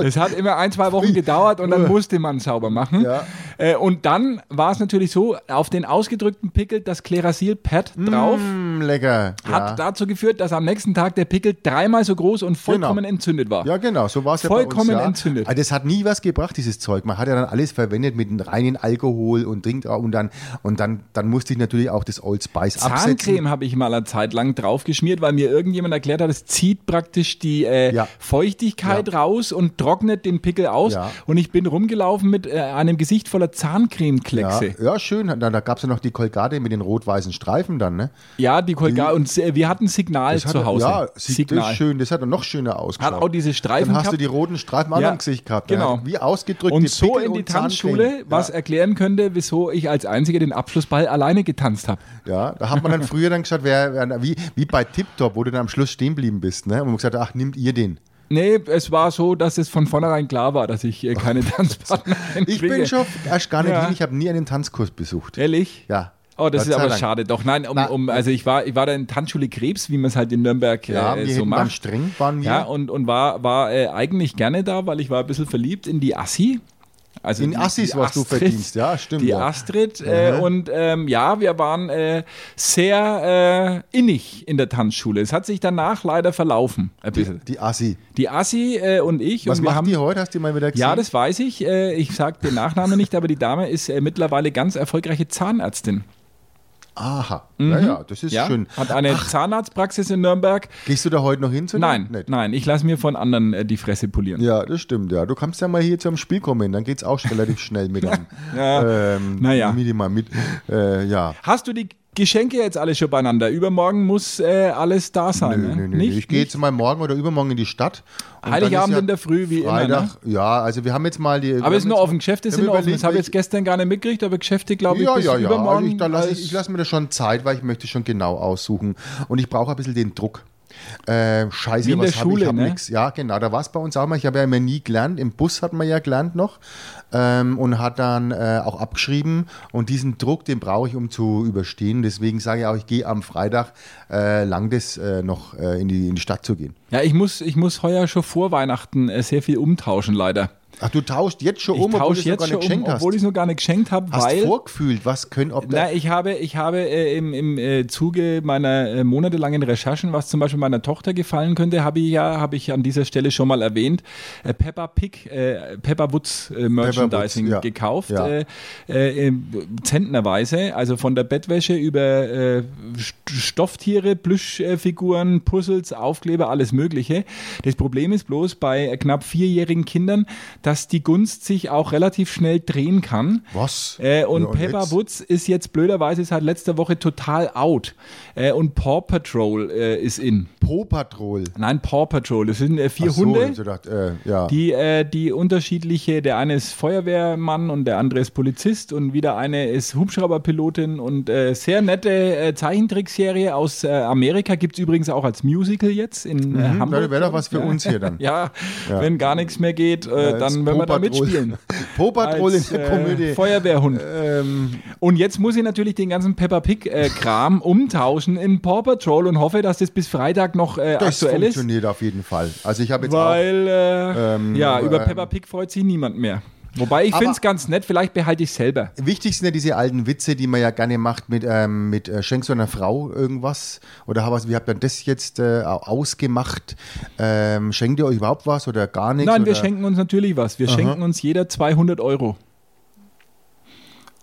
Speaker 3: Es hat immer ein, zwei Wochen gedauert und dann musste man sauber machen.
Speaker 4: Ja.
Speaker 3: Äh, Und dann war es natürlich so, auf den ausgedrückten Pickel das Klerasil-Pad drauf
Speaker 4: Mm, lecker.
Speaker 3: hat
Speaker 4: Ja.
Speaker 3: dazu geführt, dass am nächsten Tag der Pickel dreimal so groß und vollkommen
Speaker 4: Genau.
Speaker 3: entzündet war.
Speaker 4: ja, genau, so war es ja bei uns,
Speaker 3: Vollkommen
Speaker 4: ja.
Speaker 3: entzündet.
Speaker 4: Aber das hat nie was gebracht, dieses Zeug. Man hat ja dann alles verwendet mit dem reinen Alkohol und trinkt und dann und dann, dann musste ich natürlich auch das Old Spice absetzen.
Speaker 3: Zahncreme habe ich mal eine Zeit lang draufgeschmiert, weil mir irgendjemand erklärt hat, es zieht praktisch die äh,
Speaker 4: Ja.
Speaker 3: Feuchtigkeit raus und trocknet den Pickel aus.
Speaker 4: Ja.
Speaker 3: Und ich bin rumgelaufen mit äh, einem Gesicht voller
Speaker 4: Ja,
Speaker 3: Zahncreme-Kleckse.
Speaker 4: ja, äh, schön. Da, da gab es ja noch die Colgate mit den rot-weißen Streifen dann, ne?
Speaker 3: Ja, die Kolgar und äh, wir hatten Signal
Speaker 4: Das hat-
Speaker 3: zu Hause.
Speaker 4: Ja, sieht das
Speaker 3: Signal.
Speaker 4: schön. Das hat noch schöner ausgeschaut.
Speaker 3: Hat auch diese Streifen
Speaker 4: Dann hast du
Speaker 3: gehabt.
Speaker 4: die roten Streifen auch
Speaker 3: Ja,
Speaker 4: noch im Gesicht gehabt. ne?
Speaker 3: genau.
Speaker 4: Wie ausgedrückt
Speaker 3: Und so in die Tanzschule, was
Speaker 4: ja,
Speaker 3: erklären könnte, wieso ich als Einziger den Abschlussball alleine getanzt habe.
Speaker 4: ja, da hat man dann früher dann geschaut, wer, wer, wie, wie bei Tiptop, wo du dann am Schluss stehen geblieben bist, ne? Und man gesagt, ach, nimmt ihr den.
Speaker 3: Nee, es war so, dass es von vornherein klar war, dass ich äh, keine Tanzpartner
Speaker 4: Ich bin schon erst gar nicht
Speaker 3: Ja.
Speaker 4: hin, ich habe nie einen Tanzkurs besucht.
Speaker 3: Ehrlich?
Speaker 4: Ja.
Speaker 3: Oh, das
Speaker 4: Gott
Speaker 3: ist
Speaker 4: sei
Speaker 3: aber
Speaker 4: Dank.
Speaker 3: schade. Doch, nein, um,
Speaker 4: Na,
Speaker 3: um, also ich war, ich war da in Tanzschule Krebs, wie man es halt in Nürnberg
Speaker 4: Ja,
Speaker 3: äh,
Speaker 4: wir
Speaker 3: so
Speaker 4: hinten waren
Speaker 3: macht.
Speaker 4: streng, waren wir.
Speaker 3: Ja, und, und war, war äh, eigentlich gerne da, weil ich war ein bisschen verliebt in die Assi. Also
Speaker 4: In
Speaker 3: die-
Speaker 4: Assis,
Speaker 3: die
Speaker 4: was du
Speaker 3: Astrid.
Speaker 4: verdienst, ja, stimmt,
Speaker 3: Die
Speaker 4: ja. Mhm.
Speaker 3: Astrid. Äh, und ähm, ja, wir waren äh, sehr äh, innig in der Tanzschule. Es hat sich danach leider verlaufen. Ein bisschen.
Speaker 4: die Assi.
Speaker 3: Die Assi äh, und ich.
Speaker 4: Was
Speaker 3: und wir
Speaker 4: macht
Speaker 3: haben,
Speaker 4: die heute? Hast du die mal wieder gesehen?
Speaker 3: Ja, das weiß ich. Äh, ich sage den Nachnamen nicht, aber die Dame ist äh, mittlerweile ganz erfolgreiche Zahnärztin.
Speaker 4: Aha. Naja, das ist
Speaker 3: Mhm. Ja?
Speaker 4: schön.
Speaker 3: Hat eine Zahnarztpraxis in Nürnberg.
Speaker 4: Gehst du da heute noch hin zu
Speaker 3: Nein,
Speaker 4: Nicht?
Speaker 3: nein, ich lasse mir von anderen äh, die Fresse polieren.
Speaker 4: Ja, das stimmt, ja. Du kannst ja mal hier zum Spiel kommen, dann geht's auch relativ schnell mit einem.
Speaker 3: Ja.
Speaker 4: ähm,
Speaker 3: Naja.
Speaker 4: Mit, mal mit, äh, ja.
Speaker 3: Hast du die Geschenke jetzt alle schon beieinander? Übermorgen muss äh, alles da sein.
Speaker 4: Nö,
Speaker 3: ne?
Speaker 4: nö, nö, nö. Ich gehe jetzt mal morgen oder übermorgen in die Stadt. Und
Speaker 3: Heiligabend
Speaker 4: dann ist
Speaker 3: in der Früh, wie immer, ne?
Speaker 4: Freitag, Ja, also wir haben jetzt mal die. wir
Speaker 3: Aber es ist
Speaker 4: haben
Speaker 3: noch
Speaker 4: jetzt-
Speaker 3: offen. Geschäfte
Speaker 4: wir
Speaker 3: sind
Speaker 4: haben
Speaker 3: noch offen. Das
Speaker 4: überlegt,
Speaker 3: habe ich jetzt gestern gar nicht mitgekriegt, aber Geschäfte, glaube ich,
Speaker 4: Ja,
Speaker 3: bis
Speaker 4: ja, ja.
Speaker 3: übermorgen.
Speaker 4: Also ich, da lasse ich,
Speaker 3: alles-
Speaker 4: ich lasse mir da schon Zeit, weil ich möchte schon genau aussuchen. Und ich brauche ein bisschen den Druck. Äh, scheiße,
Speaker 3: Wie in
Speaker 4: was
Speaker 3: der
Speaker 4: hab
Speaker 3: Schule,
Speaker 4: ich? Hab
Speaker 3: ne?
Speaker 4: nix. Ja, genau, da war es bei uns auch mal. Ich habe ja immer nie gelernt. Im Bus hat man ja gelernt noch ähm, und hat dann äh, auch abgeschrieben. Und diesen Druck, den brauche ich, um zu überstehen. Deswegen sage ich auch, ich gehe am Freitag äh, lang das äh, noch äh, in, die, in die Stadt zu gehen.
Speaker 3: ja, ich muss, ich muss heuer schon vor Weihnachten äh, sehr viel umtauschen, leider.
Speaker 4: Ach, du tauscht jetzt schon
Speaker 3: Ich
Speaker 4: um,
Speaker 3: tausche
Speaker 4: du's noch
Speaker 3: jetzt schon um,
Speaker 4: hast.
Speaker 3: obwohl ich es noch gar nicht geschenkt habe,
Speaker 4: hast
Speaker 3: weil.
Speaker 4: vorgefühlt, was können, ob
Speaker 3: Na, ich habe, ich habe äh, im, im äh, Zuge meiner äh, monatelangen Recherchen, was zum Beispiel meiner Tochter gefallen könnte, habe ich ja, habe ich an dieser Stelle schon mal erwähnt, äh, Peppa Pig, äh, Peppa Woods äh, Merchandising
Speaker 4: Woods, ja.
Speaker 3: gekauft,
Speaker 4: Ja.
Speaker 3: Äh, äh, äh, zentnerweise, also von der Bettwäsche über äh, St- Stofftiere, Plüschfiguren, Puzzles, Aufkleber, alles Mögliche. Das Problem ist bloß bei knapp vierjährigen Kindern, dass dass die Gunst sich auch relativ schnell drehen kann.
Speaker 4: Was?
Speaker 3: Äh, und
Speaker 4: Ja, und
Speaker 3: Pepper
Speaker 4: jetzt?
Speaker 3: Woods ist jetzt blöderweise seit letzter Woche total out. Äh, und Paw Patrol äh, ist in.
Speaker 4: Pro Patrol.
Speaker 3: Nein, Paw Patrol. Es sind äh, vier
Speaker 4: Ach so,
Speaker 3: Hunde.
Speaker 4: ich so dachte, äh, ja.
Speaker 3: Die, äh, die unterschiedliche, der eine ist Feuerwehrmann und der andere ist Polizist und wieder eine ist Hubschrauberpilotin und äh, sehr nette äh, Zeichentrickserie aus äh, Amerika. Gibt es übrigens auch als Musical jetzt in äh,
Speaker 4: Hm,
Speaker 3: Hamburg.
Speaker 4: wäre wär doch was für uns hier dann.
Speaker 3: Ja, wenn gar nichts mehr geht, äh, dann werden wir da mitspielen.
Speaker 4: Pro Patrol in
Speaker 3: Als,
Speaker 4: der
Speaker 3: äh,
Speaker 4: Komödie.
Speaker 3: Feuerwehrhund.
Speaker 4: Ähm,
Speaker 3: Und jetzt muss ich natürlich den ganzen Peppa Pig-Kram umtauschen in Paw Patrol und hoffe, dass das bis Freitag noch äh,
Speaker 4: das
Speaker 3: aktuell ist.
Speaker 4: funktioniert auf jeden Fall. Also ich habe jetzt auch,
Speaker 3: Weil, äh,
Speaker 4: Ähm,
Speaker 3: ja, über
Speaker 4: ähm,
Speaker 3: Peppa Pig freut sich niemand mehr. Wobei, ich
Speaker 4: Aber-
Speaker 3: finde es ganz nett, vielleicht behalte ich selber.
Speaker 4: wichtig sind ja diese alten Witze, die man ja gerne macht mit, ähm, mit äh, Schenk so einer Frau irgendwas oder hab was, wie habt ihr das jetzt äh, ausgemacht? Ähm, schenkt ihr euch überhaupt was oder gar nichts?
Speaker 3: Nein, wir
Speaker 4: oder,
Speaker 3: schenken uns natürlich was. Wir schenken uns jeder 200 Euro.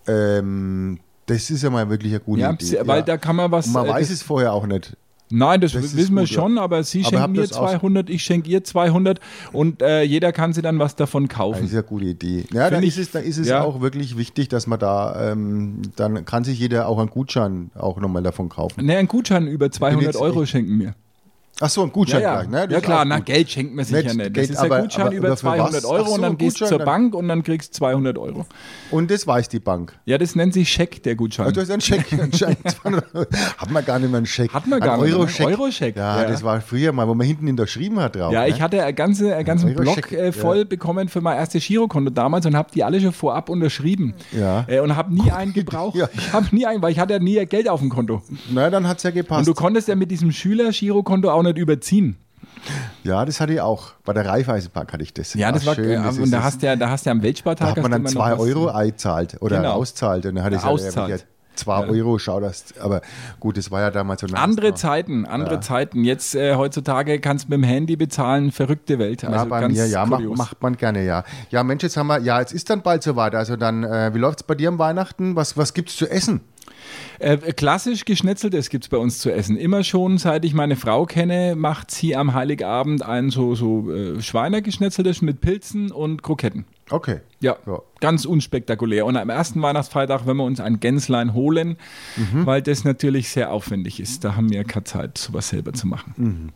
Speaker 4: Ähm, das ist ja mal wirklich eine gute
Speaker 3: Ja,
Speaker 4: Idee.
Speaker 3: weil
Speaker 4: ja.
Speaker 3: da kann man was.
Speaker 4: Und man
Speaker 3: äh,
Speaker 4: weiß
Speaker 3: das,
Speaker 4: es vorher auch nicht.
Speaker 3: nein, das,
Speaker 4: das ist
Speaker 3: wissen wir
Speaker 4: gut, ja.
Speaker 3: schon, aber sie
Speaker 4: Aber
Speaker 3: schenkt
Speaker 4: habt
Speaker 3: mir
Speaker 4: ihr's aus-
Speaker 3: 200, ich schenke ihr 200 und äh, jeder kann sie dann was davon
Speaker 4: Das Ah, ist
Speaker 3: kaufen.
Speaker 4: ja eine gute Idee. Ja, dann
Speaker 3: Finde ich-
Speaker 4: ist es, dann ist es
Speaker 3: ja.
Speaker 4: auch wirklich wichtig, dass man da, ähm, dann kann sich jeder auch einen Gutschein auch nochmal davon kaufen.
Speaker 3: Ne, einen Gutschein über 200
Speaker 4: jetzt-
Speaker 3: Euro schenken mir.
Speaker 4: Ach so, einen Gutschein
Speaker 3: ja,
Speaker 4: gleich, ne? Das
Speaker 3: ja
Speaker 4: ist auch
Speaker 3: klar, na
Speaker 4: gut.
Speaker 3: Geld schenkt man sich
Speaker 4: Nett,
Speaker 3: ja nicht. Das
Speaker 4: Geld,
Speaker 3: ist ein
Speaker 4: aber-
Speaker 3: Gutschein
Speaker 4: aber-
Speaker 3: über
Speaker 4: aber für
Speaker 3: 200
Speaker 4: was?
Speaker 3: Euro
Speaker 4: Ach so,
Speaker 3: und dann
Speaker 4: ein
Speaker 3: gehst du
Speaker 4: Gutschein,
Speaker 3: zur
Speaker 4: dann-
Speaker 3: Bank und dann kriegst 200 Euro.
Speaker 4: Und das weiß die Bank.
Speaker 3: Ja, das nennt sich Scheck, der Gutschein.
Speaker 4: Also du hast einen Scheck. Einen Scheck 200 Euro. Hat man gar nicht mehr einen Scheck.
Speaker 3: Hat man gar
Speaker 4: einen
Speaker 3: nicht mehr,
Speaker 4: Euro-Scheck.
Speaker 3: einen Euro-Scheck,
Speaker 4: Ja,
Speaker 3: ja.
Speaker 4: das war früher mal, wo man hinten unterschrieben hat drauf.
Speaker 3: Ja,
Speaker 4: ne?
Speaker 3: ich hatte einen ganzen, einen ganzen
Speaker 4: Euro
Speaker 3: Block
Speaker 4: Scheck,
Speaker 3: äh,
Speaker 4: ja.
Speaker 3: voll bekommen für mein erstes Girokonto damals und habe die alle schon vorab unterschrieben.
Speaker 4: Ja.
Speaker 3: Äh, und habe nie einen gebraucht.
Speaker 4: Ja.
Speaker 3: Ich habe nie einen, weil ich hatte ja nie Geld auf dem Konto.
Speaker 4: Na, dann hat's ja
Speaker 3: Und
Speaker 4: gepasst.
Speaker 3: du konntest ja mit diesem Schüler-Girokonto auch nicht überziehen.
Speaker 4: Ja, das hatte ich auch. Bei der Raiffeisenbank hatte ich das.
Speaker 3: Ja, das war
Speaker 4: Ah, schön.
Speaker 3: äh,
Speaker 4: das
Speaker 3: und
Speaker 4: ist
Speaker 3: da
Speaker 4: es.
Speaker 3: hast du ja, da hast du ja am Weltspartag
Speaker 4: Da hat man dann
Speaker 3: hast du immer
Speaker 4: 2
Speaker 3: noch was-
Speaker 4: Euro einzahlt oder
Speaker 3: Genau.
Speaker 4: auszahlt. Und dann hatte ich
Speaker 3: Auszahlt.
Speaker 4: 2 Euro, schau das. Aber gut, das war ja damals so ne? eine
Speaker 3: Andere
Speaker 4: Hausnummer.
Speaker 3: Zeiten, andere Zeiten. Jetzt äh, heutzutage kannst du mit dem Handy bezahlen, verrückte Welt. Also
Speaker 4: Na, bei
Speaker 3: ganz
Speaker 4: mir, ja, mach,
Speaker 3: kurios.
Speaker 4: macht man gerne, ja. Ja, Mensch, jetzt haben wir, ja, jetzt ist dann bald soweit. Also dann, äh, wie läuft's bei dir am Weihnachten? Was, was gibt's zu essen?
Speaker 3: Äh, klassisch Geschnetzeltes gibt es bei uns zu essen. Immer schon, seit ich meine Frau kenne, macht sie am Heiligabend ein so, so äh, Schweinergeschnetzeltes mit Pilzen und Kroketten.
Speaker 4: Okay.
Speaker 3: Ja,
Speaker 4: Ja.
Speaker 3: ganz unspektakulär. Und am ersten Weihnachtsfeiertag, wenn wir uns ein Gänslein holen,
Speaker 4: Mhm.
Speaker 3: weil das natürlich sehr aufwendig ist. Da haben wir keine Zeit, sowas selber zu machen.
Speaker 4: Mhm.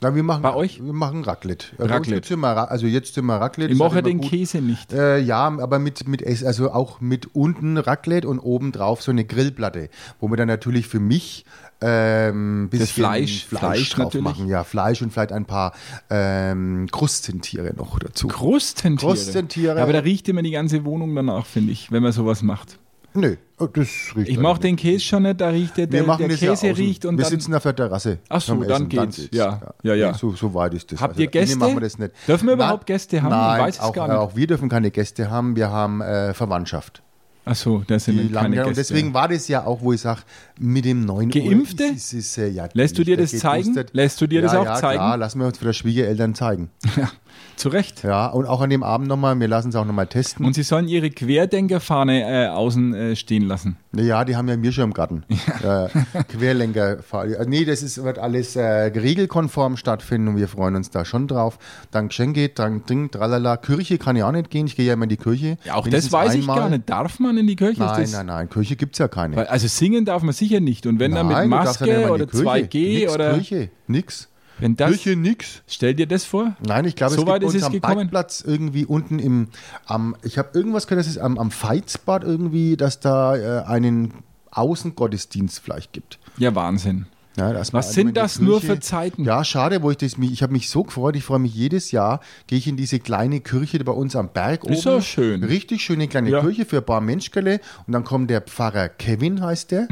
Speaker 4: Na, wir machen,
Speaker 3: Bei euch?
Speaker 4: Wir machen Raclette. Bei uns
Speaker 3: Raclette.
Speaker 4: gibt's immer, Ra- also jetzt sind wir Raclette.
Speaker 3: Ich
Speaker 4: das
Speaker 3: mache
Speaker 4: hat immer
Speaker 3: den
Speaker 4: gut-
Speaker 3: Käse nicht.
Speaker 4: Äh, ja, aber mit, mit Ess, also auch mit unten Raclette und oben drauf so eine Grillplatte, wo wir dann natürlich für mich ähm, bisschen
Speaker 3: Fleisch,
Speaker 4: Fleisch,
Speaker 3: Fleisch
Speaker 4: drauf
Speaker 3: natürlich.
Speaker 4: machen. Ja, Fleisch und vielleicht ein paar ähm, Krustentiere noch dazu.
Speaker 3: Krustentiere.
Speaker 4: Krustentiere.
Speaker 3: Ja, aber da riecht immer die ganze Wohnung danach, finde ich, wenn man sowas macht.
Speaker 4: Nö, oh, das riecht.
Speaker 3: Ich
Speaker 4: dann
Speaker 3: mache
Speaker 4: nicht.
Speaker 3: den Käse schon nicht, da riecht der,
Speaker 4: wir
Speaker 3: der,
Speaker 4: machen
Speaker 3: der
Speaker 4: das ja
Speaker 3: Käse
Speaker 4: außen.
Speaker 3: riecht und
Speaker 4: wir
Speaker 3: dann
Speaker 4: sitzen auf der Terrasse.
Speaker 3: Ach so,
Speaker 4: zum
Speaker 3: dann
Speaker 4: Essen,
Speaker 3: geht's. Ja, ja, ja.
Speaker 4: So, so weit ist das.
Speaker 3: Habt ihr
Speaker 4: innen
Speaker 3: Gäste?
Speaker 4: Machen wir das nicht.
Speaker 3: Dürfen wir überhaupt
Speaker 4: Nein,
Speaker 3: Gäste haben? Ich
Speaker 4: Nein,
Speaker 3: weiß es
Speaker 4: auch,
Speaker 3: gar nicht.
Speaker 4: auch wir dürfen keine Gäste haben. Wir haben äh, Verwandtschaft.
Speaker 3: Ach so, da sind
Speaker 4: die
Speaker 3: dann keine
Speaker 4: lange
Speaker 3: Gäste.
Speaker 4: und deswegen war das ja auch, wo ich sage, mit dem neuen
Speaker 3: Geimpfte?
Speaker 4: Uhr ist es, äh, ja,
Speaker 3: Lässt du dir
Speaker 4: der
Speaker 3: das
Speaker 4: geht
Speaker 3: zeigen?
Speaker 4: boostet.
Speaker 3: Lässt du dir
Speaker 4: ja,
Speaker 3: das auch
Speaker 4: ja,
Speaker 3: zeigen?
Speaker 4: Klar, lassen wir uns für das Schwiegereltern zeigen.
Speaker 3: Zu Recht.
Speaker 4: Ja, und auch an dem Abend nochmal, wir lassen es auch nochmal testen.
Speaker 3: Und sie sollen ihre Querdenkerfahne äh, außen äh, stehen lassen.
Speaker 4: ja, die haben ja mir schon im Garten. äh, Querlenker. äh, Nee, das ist, wird alles äh, regelkonform stattfinden und wir freuen uns da schon drauf. Dann Geschenke, dann Ding, tralala. Kirche kann ich auch nicht gehen, ich gehe ja immer in die Kirche.
Speaker 3: Ja, auch
Speaker 4: Mindestens
Speaker 3: das weiß ich
Speaker 4: einmal.
Speaker 3: gar nicht. Darf man in die Kirche? Ist
Speaker 4: Nein,
Speaker 3: das,
Speaker 4: nein, nein, Kirche gibt es ja keine.
Speaker 3: Weil, also singen darf man sicher nicht. Und wenn dann mit
Speaker 4: Nein, du darfst ja nicht mal
Speaker 3: Maske
Speaker 4: in
Speaker 3: oder
Speaker 4: die Kirche.
Speaker 3: 2G
Speaker 4: nix,
Speaker 3: oder.
Speaker 4: Kirche, nix.
Speaker 3: Wenn das,
Speaker 4: Kirche, nix.
Speaker 3: stell dir das vor?
Speaker 4: Nein, ich glaube,
Speaker 3: So
Speaker 4: es gibt
Speaker 3: weit
Speaker 4: bei
Speaker 3: ist es
Speaker 4: uns am
Speaker 3: gekommen?
Speaker 4: Parkplatz irgendwie unten im, am, ich habe irgendwas gehört, dass es am, am Veitsbad irgendwie, dass da äh, einen Außengottesdienst vielleicht gibt.
Speaker 3: Ja, Wahnsinn.
Speaker 4: Ja, dass
Speaker 3: Was
Speaker 4: man
Speaker 3: sind
Speaker 4: in der
Speaker 3: das nur für Zeiten?
Speaker 4: Ja, schade, wo ich das, mich- ich habe mich so gefreut, ich freue mich jedes Jahr, gehe ich in diese kleine Kirche bei uns am Berg oben.
Speaker 3: Ist ja schön.
Speaker 4: Richtig schöne kleine
Speaker 3: Ja.
Speaker 4: Kirche für ein paar Menschgele und dann kommt der Pfarrer Kevin, heißt der.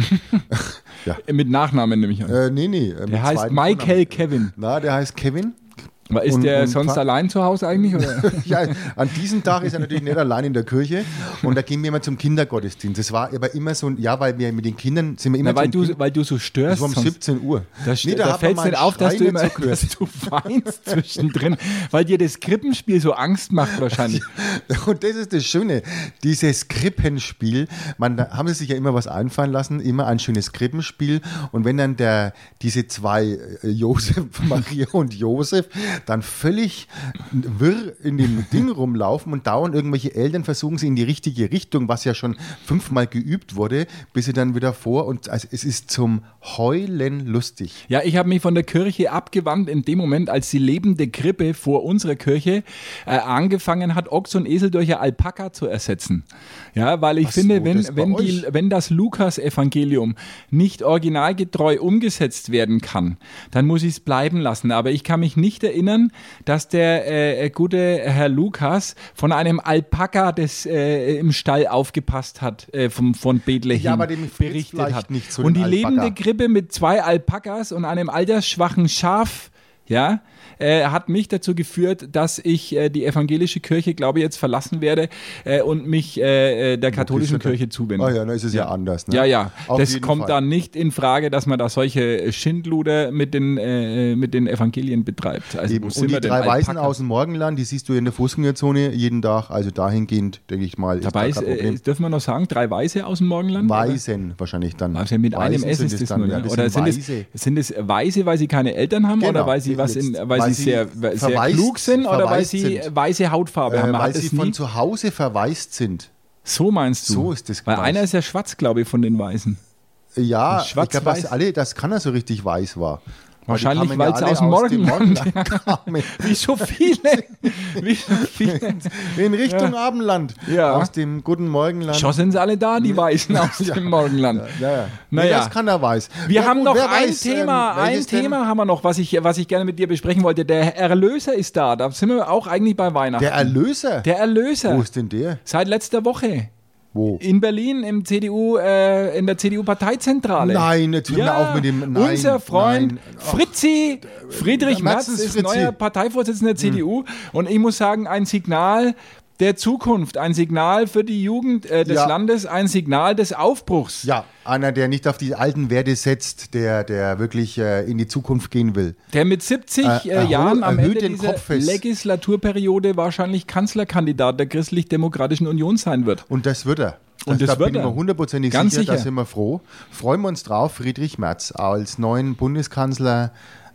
Speaker 3: Äh, Mit Nachnamen nehme ich an.
Speaker 4: äh, nee, nee.
Speaker 3: der heißt Michael Kevin.
Speaker 4: Na, der heißt Kevin.
Speaker 3: Aber Ist
Speaker 4: Und-
Speaker 3: der
Speaker 4: und
Speaker 3: sonst
Speaker 4: Fa-
Speaker 3: allein zu Hause eigentlich? Oder?
Speaker 4: Ja, an diesem Tag ist er natürlich nicht allein in der Kirche und da gehen wir immer zum Kindergottesdienst. Das war aber immer so ein, ja, weil wir mit den Kindern sind wir immer
Speaker 3: Na, weil,
Speaker 4: zum
Speaker 3: du,
Speaker 4: Kind-
Speaker 3: weil du so störst.
Speaker 4: das war um
Speaker 3: sonst.
Speaker 4: 17 Uhr.
Speaker 3: Da, nee,
Speaker 4: hat
Speaker 3: da
Speaker 4: man
Speaker 3: fällt es
Speaker 4: mal
Speaker 3: nicht auf, dass
Speaker 4: Schrei
Speaker 3: du,
Speaker 4: nicht
Speaker 3: immer,
Speaker 4: so gehört.
Speaker 3: dass du weinst zwischendrin, weil dir das Krippenspiel so Angst macht wahrscheinlich.
Speaker 4: Und das ist das Schöne, dieses Krippenspiel. Man, da haben sie sich ja immer was einfallen lassen, immer ein schönes Krippenspiel. Und wenn dann der, diese zwei, äh, Josef, Maria und Josef, dann völlig wirr in dem Ding rumlaufen und dauernd irgendwelche Eltern versuchen sie in die richtige Richtung, was ja schon fünfmal geübt wurde, bis sie dann wieder vor und also es ist zum Heulen lustig.
Speaker 3: Ja, ich habe mich von der Kirche abgewandt in dem Moment, als die lebende Krippe vor unserer Kirche äh, angefangen hat, Ochs und Esel durch ein Alpaka zu ersetzen. Ja, weil ich
Speaker 4: Ach so,
Speaker 3: finde, wenn,
Speaker 4: das bei
Speaker 3: wenn, die,
Speaker 4: euch.
Speaker 3: wenn das Lukas-Evangelium nicht originalgetreu umgesetzt werden kann, dann muss ich es bleiben lassen. Aber ich kann mich nicht erinnern, dass der äh, äh, gute Herr Lukas von einem Alpaka, das äh, im Stall aufgepasst hat, äh, vom, von Bethlehem
Speaker 4: Ja, aber dem Fritz
Speaker 3: berichtet
Speaker 4: vielleicht
Speaker 3: hat.
Speaker 4: nicht so
Speaker 3: und die
Speaker 4: den
Speaker 3: lebende
Speaker 4: Alpaka.
Speaker 3: Krippe mit zwei Alpakas und einem altersschwachen Schaf, ja, äh, hat mich dazu geführt, dass ich äh, die evangelische Kirche, glaube ich, jetzt verlassen werde äh, und mich äh, äh, der katholischen
Speaker 4: Christen-
Speaker 3: Kirche zuwende.
Speaker 4: Ah ja, dann ist es ja, anders. Ne?
Speaker 3: Ja, ja.
Speaker 4: Auf
Speaker 3: das
Speaker 4: jeden
Speaker 3: kommt
Speaker 4: Fall.
Speaker 3: dann nicht in Frage, dass man da solche Schindluder mit den, äh, mit den Evangelien betreibt. Also,
Speaker 4: Eben.
Speaker 3: wo
Speaker 4: Und
Speaker 3: sind
Speaker 4: die
Speaker 3: wir denn?
Speaker 4: drei Weißen
Speaker 3: Alpaka.
Speaker 4: aus dem Morgenland, die siehst du in der Fußgängerzone jeden Tag. Also dahingehend, denke ich mal, ist
Speaker 3: Dabei
Speaker 4: da
Speaker 3: ist,
Speaker 4: kein
Speaker 3: äh,
Speaker 4: Problem.
Speaker 3: ist- dürfen wir noch sagen, drei Weiße aus dem Morgenland?
Speaker 4: Weisen wahrscheinlich dann.
Speaker 3: Oder? Also mit einem
Speaker 4: Weisen
Speaker 3: S
Speaker 4: sind
Speaker 3: ist das
Speaker 4: dann,
Speaker 3: nur,
Speaker 4: ja,
Speaker 3: ne?
Speaker 4: das
Speaker 3: oder sind,
Speaker 4: Weise.
Speaker 3: es, sind es Weiße, weil sie keine Eltern haben oder
Speaker 4: Genau,
Speaker 3: weil sie was in,
Speaker 4: jetzt.
Speaker 3: weil,
Speaker 4: Weil
Speaker 3: sie
Speaker 4: sie
Speaker 3: sehr, sehr
Speaker 4: verwaist-
Speaker 3: klug sind oder weil
Speaker 4: verwaist
Speaker 3: sie
Speaker 4: sind.
Speaker 3: weiße Hautfarbe haben?
Speaker 4: Äh,
Speaker 3: Man
Speaker 4: weil
Speaker 3: hat
Speaker 4: sie
Speaker 3: es
Speaker 4: von
Speaker 3: nie-
Speaker 4: zu Hause verwaist sind.
Speaker 3: so meinst du?
Speaker 4: So ist das
Speaker 3: Weil
Speaker 4: gemeint.
Speaker 3: einer ist ja schwarz, glaube ich, von den Weißen.
Speaker 4: Ja, ich
Speaker 3: Schwarz-Weiß.
Speaker 4: glaube, dass alle, dass keiner so richtig weiß war. Weil die
Speaker 3: Wahrscheinlich,
Speaker 4: kamen
Speaker 3: weil
Speaker 4: ja
Speaker 3: sie
Speaker 4: alle
Speaker 3: aus dem Morgenland-
Speaker 4: kamen.
Speaker 3: Wie so viele. Wie so viele.
Speaker 4: In Richtung Abendland.
Speaker 3: Ja.
Speaker 4: Aus dem guten Morgenland.
Speaker 3: Schon sind sie alle da, die Weißen aus
Speaker 4: Ja.
Speaker 3: dem Morgenland.
Speaker 4: Ja, ja. Nee,
Speaker 3: Naja.
Speaker 4: das keiner weiß.
Speaker 3: Wir
Speaker 4: Ja,
Speaker 3: haben
Speaker 4: gut,
Speaker 3: noch
Speaker 4: wer
Speaker 3: ein
Speaker 4: weiß, ähm,
Speaker 3: Thema, ein
Speaker 4: welches denn?
Speaker 3: Thema haben wir noch, was ich, was ich gerne mit dir besprechen wollte. Der Erlöser ist da. Da sind wir auch eigentlich bei Weihnachten.
Speaker 4: Der Erlöser.
Speaker 3: Der Erlöser.
Speaker 4: Wo ist denn der?
Speaker 3: Seit letzter Woche.
Speaker 4: Wo?
Speaker 3: In Berlin im CDU, äh, in der CDU-Parteizentrale.
Speaker 4: Nein, jetzt hör mir auf mit dem- nein,
Speaker 3: unser Freund
Speaker 4: nein. Ach.
Speaker 3: Fritzi, Friedrich
Speaker 4: Äh,
Speaker 3: Merz
Speaker 4: Merzens
Speaker 3: ist
Speaker 4: Fritzi. Hm.
Speaker 3: neuer Parteivorsitzender der CDU und ich muss sagen, ein Signal der Zukunft, ein Signal für die Jugend äh, des
Speaker 4: Ja.
Speaker 3: Landes, ein Signal des Aufbruchs.
Speaker 4: Ja, einer, der nicht auf die alten Werte setzt, der, der wirklich äh, in die Zukunft gehen will.
Speaker 3: Der mit 70 äh,
Speaker 4: Äh, erhöht-
Speaker 3: Jahren am
Speaker 4: erhöht
Speaker 3: Ende
Speaker 4: den
Speaker 3: dieser
Speaker 4: Kopf ist.
Speaker 3: Legislaturperiode wahrscheinlich Kanzlerkandidat der Christlich-Demokratischen Union sein wird.
Speaker 4: Und das wird er.
Speaker 3: Und das
Speaker 4: da
Speaker 3: wird
Speaker 4: bin
Speaker 3: er.
Speaker 4: ich mir hundertprozentig
Speaker 3: Ganz
Speaker 4: sicher, da
Speaker 3: sicher.
Speaker 4: sind wir froh. Freuen wir uns drauf, Friedrich Merz als neuen Bundeskanzler.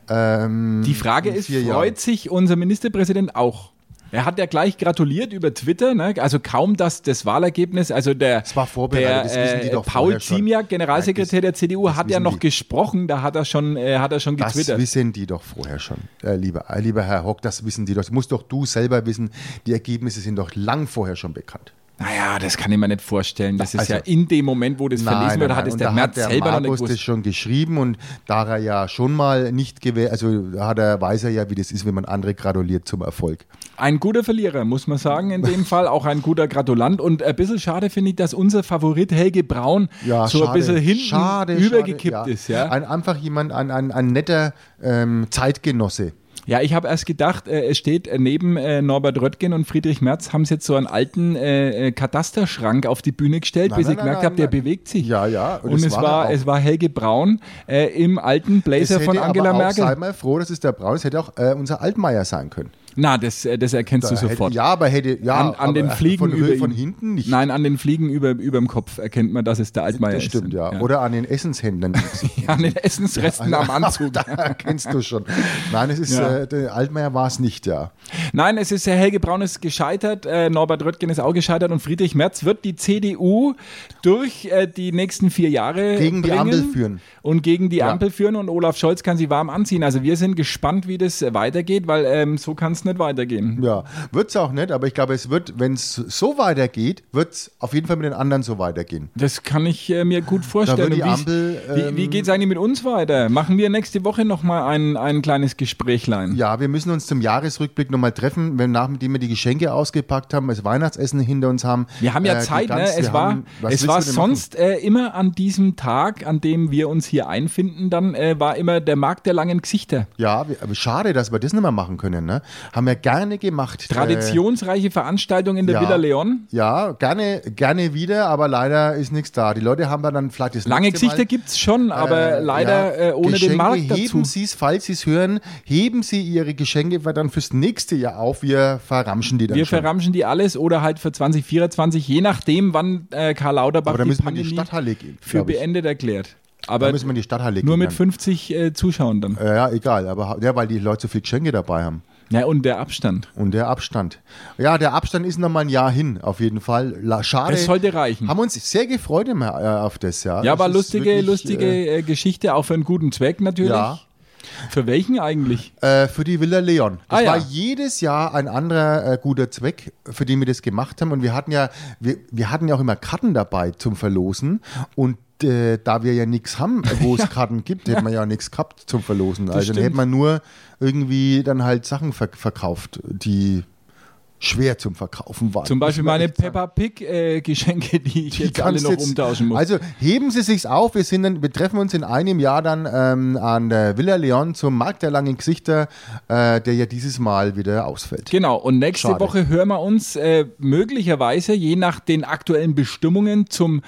Speaker 4: Ähm,
Speaker 3: Die Frage
Speaker 4: in
Speaker 3: ist,
Speaker 4: vier
Speaker 3: freut
Speaker 4: Jahren.
Speaker 3: sich unser Ministerpräsident auch? Er hat ja gleich gratuliert über Twitter, ne? also kaum dass das Wahlergebnis, also der,
Speaker 4: war vorbereitet, das
Speaker 3: der äh,
Speaker 4: wissen die doch
Speaker 3: Paul
Speaker 4: vorher schon.
Speaker 3: Ziemiak, Generalsekretär der CDU, hat ja
Speaker 4: wissen
Speaker 3: noch
Speaker 4: die.
Speaker 3: gesprochen, da hat er schon, äh, hat er schon
Speaker 4: Das
Speaker 3: getwittert.
Speaker 4: wissen die doch vorher schon, äh, lieber, äh, lieber Herr Hock, das wissen die doch. Das musst doch du selber wissen. Die Ergebnisse sind doch lang vorher schon bekannt.
Speaker 3: naja, das kann ich mir nicht vorstellen. Das ist
Speaker 4: Also-
Speaker 3: ja in dem Moment, wo das verlesen wird, hat es
Speaker 4: Und
Speaker 3: der
Speaker 4: da
Speaker 3: Merz
Speaker 4: hat der
Speaker 3: selber noch nicht
Speaker 4: Markus das
Speaker 3: gewusst.
Speaker 4: schon geschrieben und da er ja schon mal nicht gewählt, also hat er, weiß er ja, wie das ist, wenn man andere gratuliert zum Erfolg.
Speaker 3: Ein guter Verlierer, muss man sagen, in dem Fall. Auch ein guter Gratulant. Und ein bisschen schade finde ich, dass unser Favorit Helge Braun
Speaker 4: Ja,
Speaker 3: so ein
Speaker 4: schade,
Speaker 3: bisschen hinten
Speaker 4: schade,
Speaker 3: übergekippt
Speaker 4: schade,
Speaker 3: ist. Ja,
Speaker 4: Ein, einfach jemand, ein, ein, ein netter ähm, Zeitgenosse.
Speaker 3: ja ich habe erst gedacht, äh, es steht äh, neben äh, Norbert Röttgen und Friedrich Merz, haben sie jetzt so einen alten äh, äh, Katasterschrank auf die Bühne gestellt,
Speaker 4: Nein,
Speaker 3: bis
Speaker 4: nein,
Speaker 3: ich gemerkt
Speaker 4: nein,
Speaker 3: habe, der
Speaker 4: nein.
Speaker 3: bewegt sich.
Speaker 4: Ja, ja,
Speaker 3: Und,
Speaker 4: und es
Speaker 3: es,
Speaker 4: war
Speaker 3: war,
Speaker 4: er auch.
Speaker 3: es war Helge Braun äh, im alten
Speaker 4: Es
Speaker 3: Blazer
Speaker 4: hätte
Speaker 3: von Angela
Speaker 4: aber auch, Sei
Speaker 3: Merkel.
Speaker 4: mal froh, das ist der Braun, es hätte auch äh, unser Altmaier sein können.
Speaker 3: Na, das, äh, das erkennst du
Speaker 4: Da hätte,
Speaker 3: sofort.
Speaker 4: ja, aber hätte, ja,
Speaker 3: An,
Speaker 4: aber
Speaker 3: an den Fliegen
Speaker 4: von,
Speaker 3: über
Speaker 4: von
Speaker 3: ihm.
Speaker 4: hinten nicht.
Speaker 3: Nein, an den Fliegen über überm Kopf erkennt man, dass es der Altmaier
Speaker 4: das
Speaker 3: ist.
Speaker 4: stimmt, ja. Oder an den Essenshändlern.
Speaker 3: an den Essensresten am Anzug.
Speaker 4: da kennst du schon. Nein, es ist,
Speaker 3: Ja.
Speaker 4: äh, der Altmaier war es nicht, ja.
Speaker 3: Nein, es ist Helge Braun ist gescheitert, äh, Norbert Röttgen ist auch gescheitert und Friedrich Merz wird die CDU durch äh, die nächsten vier Jahre
Speaker 4: Gegen die
Speaker 3: bringen
Speaker 4: Ampel führen.
Speaker 3: und gegen die
Speaker 4: Ja.
Speaker 3: Ampel führen und Olaf Scholz kann sie warm anziehen. Also wir sind gespannt, wie das äh, weitergeht, weil ähm, so kann es nicht weitergehen.
Speaker 4: Ja, wird es auch nicht, aber ich glaube, es wird, wenn es so weitergeht, wird es auf jeden Fall mit den anderen so weitergehen.
Speaker 3: Das kann ich äh, mir gut vorstellen.
Speaker 4: wird die
Speaker 3: Und wie's-
Speaker 4: Ampel, ähm,
Speaker 3: wie wie geht es eigentlich mit uns weiter? Machen wir nächste Woche nochmal ein, ein kleines Gesprächlein.
Speaker 4: Ja, wir müssen uns zum Jahresrückblick nochmal treffen, wenn nachdem wir die Geschenke ausgepackt haben, das Weihnachtsessen hinter uns haben.
Speaker 3: Wir haben ja
Speaker 4: äh, die
Speaker 3: Zeit,
Speaker 4: ganz-
Speaker 3: ne? Es
Speaker 4: wir
Speaker 3: war,
Speaker 4: haben- was
Speaker 3: es
Speaker 4: willst
Speaker 3: war
Speaker 4: du denn machen?
Speaker 3: sonst äh, immer an diesem Tag, an dem wir uns hier einfinden, dann äh, war immer der Markt der langen Gesichter.
Speaker 4: Ja, wir, aber schade, dass wir das nicht mehr machen können. Ne? Haben wir gerne gemacht. äh,
Speaker 3: Traditionsreiche Veranstaltung in der
Speaker 4: ja.
Speaker 3: Villa Leon.
Speaker 4: Äh, ja, gerne, gerne wieder, aber leider ist nichts da. Die Leute haben dann vielleicht das
Speaker 3: Lange
Speaker 4: nächste Mal-
Speaker 3: Gesichter gibt's schon, aber
Speaker 4: Äh,
Speaker 3: leider
Speaker 4: ja,
Speaker 3: äh, ohne
Speaker 4: Geschenke
Speaker 3: den Markt dazu.
Speaker 4: Heben Sie es, falls Sie es hören, heben Sie Ihre Geschenke dann fürs nächste Jahr auf. Wir verramschen die dann
Speaker 3: Wir
Speaker 4: schon.
Speaker 3: verramschen die alles oder halt für 2024, je nachdem, wann äh, Karl Lauterbach
Speaker 4: Aber da
Speaker 3: die
Speaker 4: müssen wir in die
Speaker 3: Pandemie
Speaker 4: Stadthalle gehen,
Speaker 3: für
Speaker 4: glaub ich.
Speaker 3: beendet erklärt.
Speaker 4: Da
Speaker 3: Aber
Speaker 4: müssen wir in die Stadthalle
Speaker 3: nur
Speaker 4: gehen
Speaker 3: mit
Speaker 4: dann.
Speaker 3: 50 äh, Zuschauern dann.
Speaker 4: Ja, ja, egal, aber ha- ja, weil die Leute so viel Geschenke dabei haben.
Speaker 3: Ja, und der Abstand.
Speaker 4: Und der Abstand. Ja, der Abstand ist noch mal ein Jahr hin, auf jeden Fall. La- Schade.
Speaker 3: Das sollte reichen.
Speaker 4: Haben uns sehr gefreut immer, äh, auf das, ja.
Speaker 3: Ja,
Speaker 4: Das
Speaker 3: war
Speaker 4: ist
Speaker 3: lustige,
Speaker 4: wirklich, Äh,
Speaker 3: lustige äh, Geschichte, auch für einen guten Zweck natürlich.
Speaker 4: Ja.
Speaker 3: Für welchen eigentlich?
Speaker 4: äh, für die Villa Leon. Das
Speaker 3: Ah, ja.
Speaker 4: war jedes Jahr ein anderer äh, guter Zweck, für den wir das gemacht haben. Und wir hatten ja, wir, wir hatten ja auch immer Karten dabei zum Verlosen. Und äh, da wir ja nichts haben, wo es Karten gibt, hätten wir ja nichts gehabt zum Verlosen. also dann
Speaker 3: stimmt.
Speaker 4: hätte man nur irgendwie dann halt Sachen ver verkauft, die schwer zum Verkaufen waren.
Speaker 3: Zum Beispiel
Speaker 4: Muss man
Speaker 3: meine
Speaker 4: echt sagen.
Speaker 3: Peppa Pig äh, Geschenke, die ich
Speaker 4: Die
Speaker 3: jetzt alle
Speaker 4: kannst
Speaker 3: noch
Speaker 4: jetzt-
Speaker 3: umtauschen muss.
Speaker 4: Also heben Sie sich's auf. Wir, sind dann, wir treffen uns in einem Jahr dann ähm, an der Villa Leon zum Markt der langen Gesichter, äh, der ja dieses Mal wieder ausfällt.
Speaker 3: Genau, und nächste
Speaker 4: Schade.
Speaker 3: Woche hören wir uns äh, möglicherweise, je nach den aktuellen Bestimmungen, zum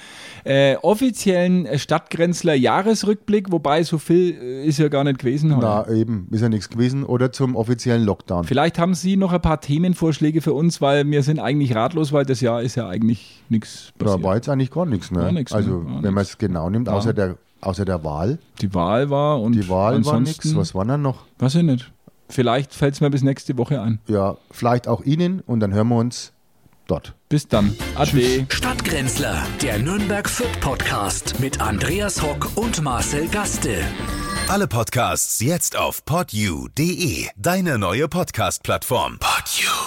Speaker 3: äh, offiziellen äh, Stadtgrenzler Jahresrückblick, wobei so viel äh, ist ja gar nicht gewesen heute.
Speaker 4: Na eben, ist ja nichts gewesen. Oder zum offiziellen Lockdown.
Speaker 3: Vielleicht haben Sie noch ein paar Themenvorschläge für uns, weil wir sind eigentlich ratlos, weil das Jahr ist ja eigentlich nichts
Speaker 4: Da
Speaker 3: passiert.
Speaker 4: war jetzt eigentlich gar nichts. Ne?
Speaker 3: Gar nichts, ne?
Speaker 4: also
Speaker 3: Gar
Speaker 4: wenn man es genau nimmt, außer der, außer der Wahl.
Speaker 3: Die Wahl war und
Speaker 4: Die Wahl war nichts.
Speaker 3: ansonsten,
Speaker 4: Was war dann noch?
Speaker 3: Weiß ich nicht. Vielleicht fällt es mir bis nächste Woche ein.
Speaker 4: Ja, vielleicht auch Ihnen und dann hören wir uns dort.
Speaker 3: Bis dann. Ade.
Speaker 1: Stadtgrenzler, der Nürnberg Fit Podcast mit Andreas Hock und Marcel Gaste.
Speaker 5: Alle Podcasts jetzt auf podyou.de, deine neue Podcast-Plattform. Podyou.